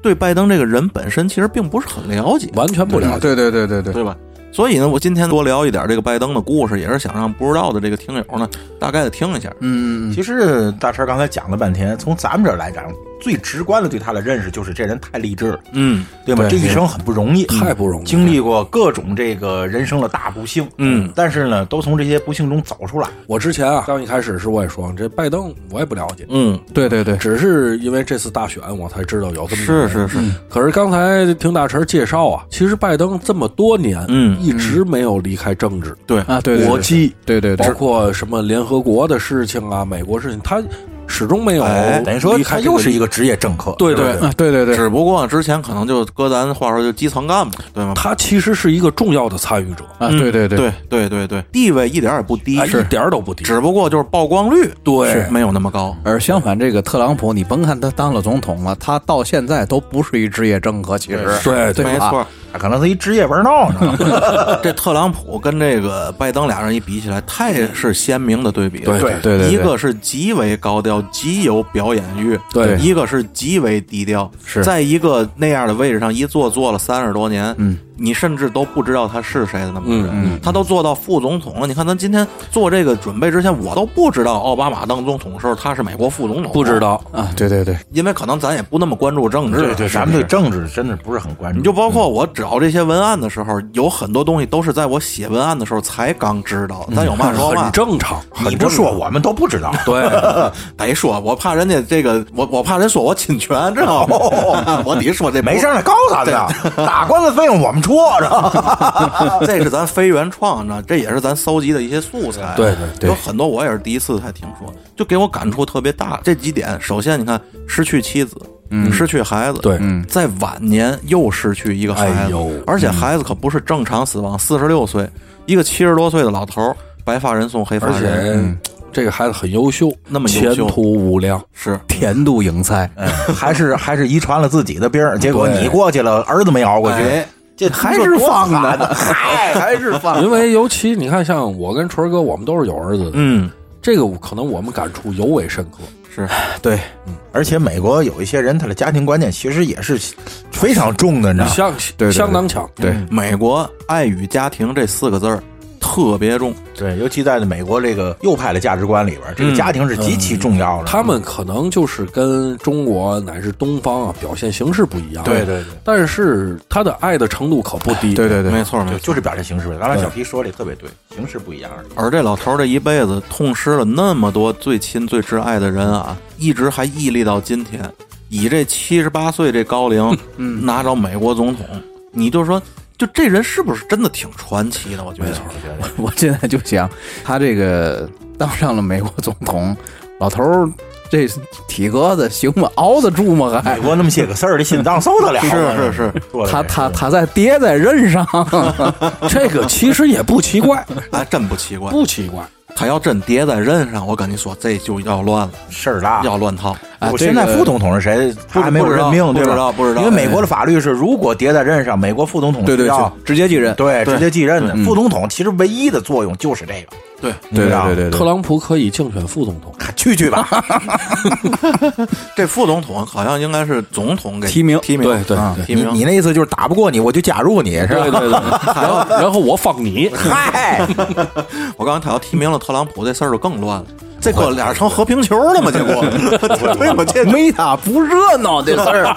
Speaker 1: 对拜登这个人本身其实并不是很了解，
Speaker 2: 完全不了解。
Speaker 3: 对对对对对，
Speaker 1: 对吧？所以呢，我今天多聊一点这个拜登的故事，也是想让不知道的这个听友呢，大概的听一下。
Speaker 3: 嗯，
Speaker 4: 其实大陈刚才讲了半天，从咱们这儿来讲，最直观的对他的认识就是这人太励志了，
Speaker 1: 嗯
Speaker 4: 对吗？
Speaker 3: 对
Speaker 4: 这一生很不容易，
Speaker 2: 太不容易了
Speaker 4: 经历过各种这个人生的大不幸，
Speaker 1: 嗯，
Speaker 4: 但是呢，都从这些不幸中走出来。
Speaker 2: 我之前啊，刚一开始是我也说，这拜登我也不了解，
Speaker 1: 嗯，
Speaker 3: 对对对，
Speaker 2: 只是因为这次大选我才知道有这么一个
Speaker 1: 是
Speaker 2: 人
Speaker 1: 是是，
Speaker 3: 嗯
Speaker 2: 可是刚才听大陈介绍啊，其实拜登这么多年，
Speaker 1: 嗯
Speaker 2: 一直没有离开政治、
Speaker 1: 对
Speaker 3: 啊，对对对
Speaker 2: 国际，
Speaker 3: 对对
Speaker 2: 包
Speaker 3: 对，
Speaker 2: 括什么联合国的事情啊、美国事情，他始终没有
Speaker 4: 哎，等于说
Speaker 2: 离
Speaker 4: 他
Speaker 2: 开
Speaker 4: 又是一
Speaker 2: 个。
Speaker 4: 个职业政客，
Speaker 2: 对对
Speaker 4: 是吧
Speaker 3: 啊，对对对，
Speaker 1: 只不过之前可能就搁咱话说就基层干部，对吗？
Speaker 2: 他其实是一个重要的参与者，
Speaker 3: 啊，对对啊对，
Speaker 1: 嗯对对对对，地位一点也不低
Speaker 2: 哎，一点儿都不低。
Speaker 1: 只不过就是曝光率
Speaker 2: 对
Speaker 1: 没有那么高。
Speaker 3: 而相反，这个特朗普，你甭看他当了总统了，他到现在都不是一职业政客，其实
Speaker 2: 对
Speaker 3: 对啊
Speaker 1: 没
Speaker 3: 吧
Speaker 1: 错，
Speaker 4: 他可能是一职业玩闹 呢。
Speaker 1: 这特朗普跟这个拜登俩人一比起来，太是鲜明的对比了。
Speaker 2: 对
Speaker 4: 对
Speaker 3: 对对对
Speaker 1: 一个是极为高调、极有表演欲，
Speaker 2: 对
Speaker 1: 一个是极为低调，
Speaker 3: 是
Speaker 1: 在一个那样的位置上一坐坐了三十多年，嗯，你甚至都不知道他是谁的那么个人，他都做到副总统了。你看咱今天做这个准备之前，我都不知道奥巴马当总统的时候他是美国副总统，
Speaker 2: 不知，道，
Speaker 3: 啊，对对对，
Speaker 1: 因为可能咱也不那么关注政治，
Speaker 4: 咱们对政治真的不是很关注。
Speaker 1: 你就包括我找这些文案的时候，有很多东西都是在我写文案的时候才刚知道。咱有嘛说嘛
Speaker 2: 嗯 很，正常。
Speaker 4: 你不说，我们都不知道。
Speaker 2: 对，
Speaker 1: 得说，我怕人家这个，我我怕人说我侵权，知 道吗？我得说这不
Speaker 4: 没事，儿了，告诉咱们呀， 打官司费用我们出，是吧？
Speaker 1: 这是咱非原创呢，这也是咱搜集的一些素材。
Speaker 2: 对对
Speaker 1: 有很多我也是第一次才听说，就给我感触特别大。这几点，首先你看，失去妻子，
Speaker 3: 嗯
Speaker 1: 失去孩子，
Speaker 2: 对，
Speaker 3: 嗯
Speaker 1: 在晚年又失去一个孩
Speaker 2: 哎
Speaker 1: 子，
Speaker 2: 呦，
Speaker 1: 而且孩子可不是正常死亡，四十六岁，一个七十多岁的老头儿，白发人送黑
Speaker 2: 而
Speaker 1: 发人，
Speaker 2: 且嗯这个孩子很优秀，
Speaker 1: 那么优
Speaker 2: 前
Speaker 1: 秀
Speaker 2: 途无量，
Speaker 1: 是
Speaker 3: 甜度赢菜，
Speaker 4: 还是还是遗传了自己的病儿，结果
Speaker 2: 对
Speaker 4: 你过去了，儿子没熬过去，
Speaker 1: 哎
Speaker 4: 这
Speaker 3: 还是放
Speaker 1: 啊
Speaker 3: 的，
Speaker 4: 嗨，还是 放
Speaker 2: 因为尤其你看，像我跟纯儿哥，我们都是有儿子的，
Speaker 1: 嗯
Speaker 2: 这个可能我们感触尤为深刻。
Speaker 1: 是
Speaker 4: 对。而且美国有一些人，他的家庭观念其实也是非常重的，你知道吗？
Speaker 2: 相
Speaker 3: 对对
Speaker 2: 相当强，
Speaker 3: 对
Speaker 1: 美国爱与家庭这四个字儿特别重，
Speaker 4: 对，尤其在美国这个右派的价值观里边，这个
Speaker 1: 嗯
Speaker 4: 家庭是极其重要的。
Speaker 2: 他们可能就是跟中国乃至东方啊表现形式不一样，
Speaker 4: 对对对，
Speaker 2: 但是他的爱的程度可不低，
Speaker 3: 对对对
Speaker 1: 没，错没
Speaker 4: 就
Speaker 1: 错。
Speaker 4: 就是表现形式不一样。刚才小皮说的也特别对，形式不一样而已。
Speaker 1: 而这老头儿这一辈子痛失了那么多最亲最挚爱的人啊，一直还屹立到今天，以这七十八岁这高龄，
Speaker 3: 嗯
Speaker 1: 拿着美国总统，你就说，就这人是不是真的挺传奇的？我觉得
Speaker 4: 没错，我觉得
Speaker 3: 我现在就想，他这个当上了美国总统，老头儿这体格子行吗？熬得住吗？还
Speaker 4: 美国那么些个事儿，这心脏受得了吗？
Speaker 1: 是是是，
Speaker 4: 做得
Speaker 3: 他
Speaker 4: 了
Speaker 3: 他他在爹在任上，
Speaker 2: 这个其实也不奇怪，
Speaker 1: 哎，真不奇怪。
Speaker 2: 不奇怪。
Speaker 1: 他要真叠在任上，我跟你说，这就要乱了，
Speaker 4: 事儿大。
Speaker 1: 要乱套。
Speaker 3: 啊
Speaker 4: 我
Speaker 3: 这
Speaker 4: 现在
Speaker 3: 个
Speaker 4: 副总统是谁？他还没有
Speaker 1: 不知
Speaker 4: 任
Speaker 1: 道
Speaker 4: 命，对
Speaker 1: 不
Speaker 4: 吧？
Speaker 1: 知道不知道
Speaker 4: 因为美国的法律是，如果叠在任上，美国副总统
Speaker 3: 对 对
Speaker 4: 需要
Speaker 3: 对，直接继任，
Speaker 4: 对
Speaker 1: 对
Speaker 4: 直接继任的
Speaker 3: 嗯
Speaker 4: 副总统，其实唯一的作用就是这个。
Speaker 1: 对，
Speaker 4: 你知道吗，
Speaker 3: 对
Speaker 2: 特朗普可以竞选副总 统，
Speaker 4: 去去吧。
Speaker 1: 这副总统好像应该是总统给
Speaker 3: 提名
Speaker 1: 提名，
Speaker 2: 对对
Speaker 1: 啊
Speaker 2: 对
Speaker 1: 提
Speaker 4: 你你
Speaker 1: 名。
Speaker 4: 那意思就是打不过你，我就加入你是吧？
Speaker 2: 对对对，然后然后我放 你，
Speaker 4: 嗨，
Speaker 1: 我告诉你，他要提名了特朗普，这事儿就更乱了。这哥俩成和平球了吗？结果， 对吧？这
Speaker 3: 没他不热闹这事儿。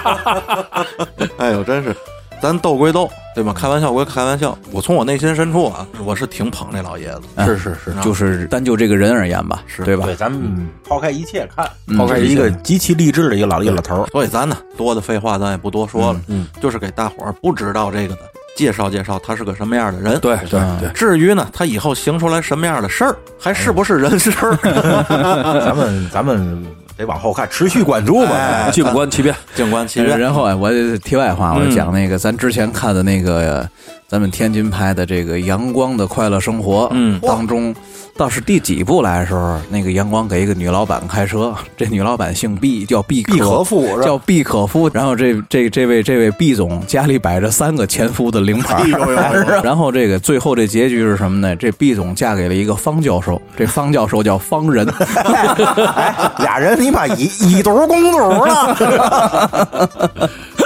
Speaker 1: 哎呦，真是，咱斗归斗，对吧？开玩笑归开玩笑，我从我内心深处啊，我是挺捧这老爷子的。
Speaker 2: 是是是，
Speaker 3: 就是单就这个人而言吧，
Speaker 1: 是
Speaker 3: 对吧？
Speaker 4: 对，咱们抛开一切看，
Speaker 3: 嗯
Speaker 4: 这是一个极其励志的一个老一个老头儿。
Speaker 1: 所以咱呢，多的废话咱也不多说了，
Speaker 2: 嗯
Speaker 1: 就是给大伙儿不知道这个的介绍介绍，他是个什么样的人。
Speaker 2: 对对对，
Speaker 1: 至于呢，他以后行出来什么样的事儿，还是不是人事儿，
Speaker 4: 咱们咱们得往后看，持续关
Speaker 2: 哎
Speaker 4: 注嘛。
Speaker 2: 静观其变。
Speaker 1: 静观其
Speaker 3: 呃
Speaker 1: 变。
Speaker 3: 然后啊，我这题外话，我
Speaker 1: 嗯
Speaker 3: 讲那个咱之前看的那个咱们天津拍的这个《阳光的快乐生活》
Speaker 1: 嗯
Speaker 3: 当中，倒是第几部来的时候，那个阳光给一个女老板开车， 这女老板姓毕，叫毕
Speaker 4: 毕可夫是吧
Speaker 3: 叫毕可夫。然后这这这位这位毕总家里摆着三个前夫的零牌儿， 然后这个最后这结局是什么呢？这毕总嫁给了一个方教授，这方教授叫方仁。
Speaker 4: 哎，俩人你妈以以毒攻毒了，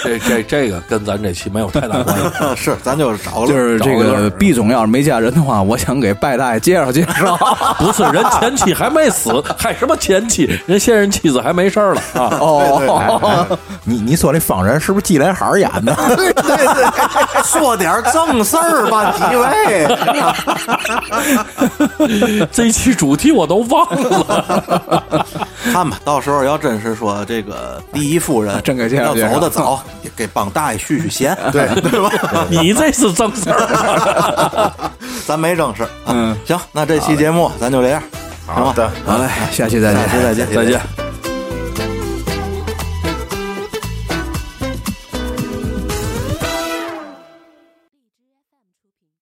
Speaker 2: 这这这个跟咱这期没有太大关 系。
Speaker 1: 是，咱就找个乐
Speaker 3: 就
Speaker 1: 儿
Speaker 3: 是这
Speaker 1: 找乐
Speaker 3: 个
Speaker 1: 儿
Speaker 3: 毕总要是没嫁人的话，我想给拜大爷介绍介绍。
Speaker 2: 不是人前妻还没 死，还什么前妻？人现任妻子还没事儿了 啊！
Speaker 3: 哦，
Speaker 4: 哎你你说那方人是不是纪连海演的？
Speaker 1: 说点儿正事儿吧，几位。
Speaker 2: 这一期主题我都忘 了。
Speaker 1: 看吧，到时候要真是说这个第一夫人
Speaker 3: 真给介绍
Speaker 1: 要
Speaker 3: 介绍
Speaker 1: 走的早，也给帮大爷续续弦，对对吧？
Speaker 2: 你这是正事儿，
Speaker 1: 咱没正啊事儿。嗯，行，那这期节目咱就这样，行吧？
Speaker 4: 的。
Speaker 3: 好嘞，下期再见，
Speaker 1: 下期再见，
Speaker 2: 再见。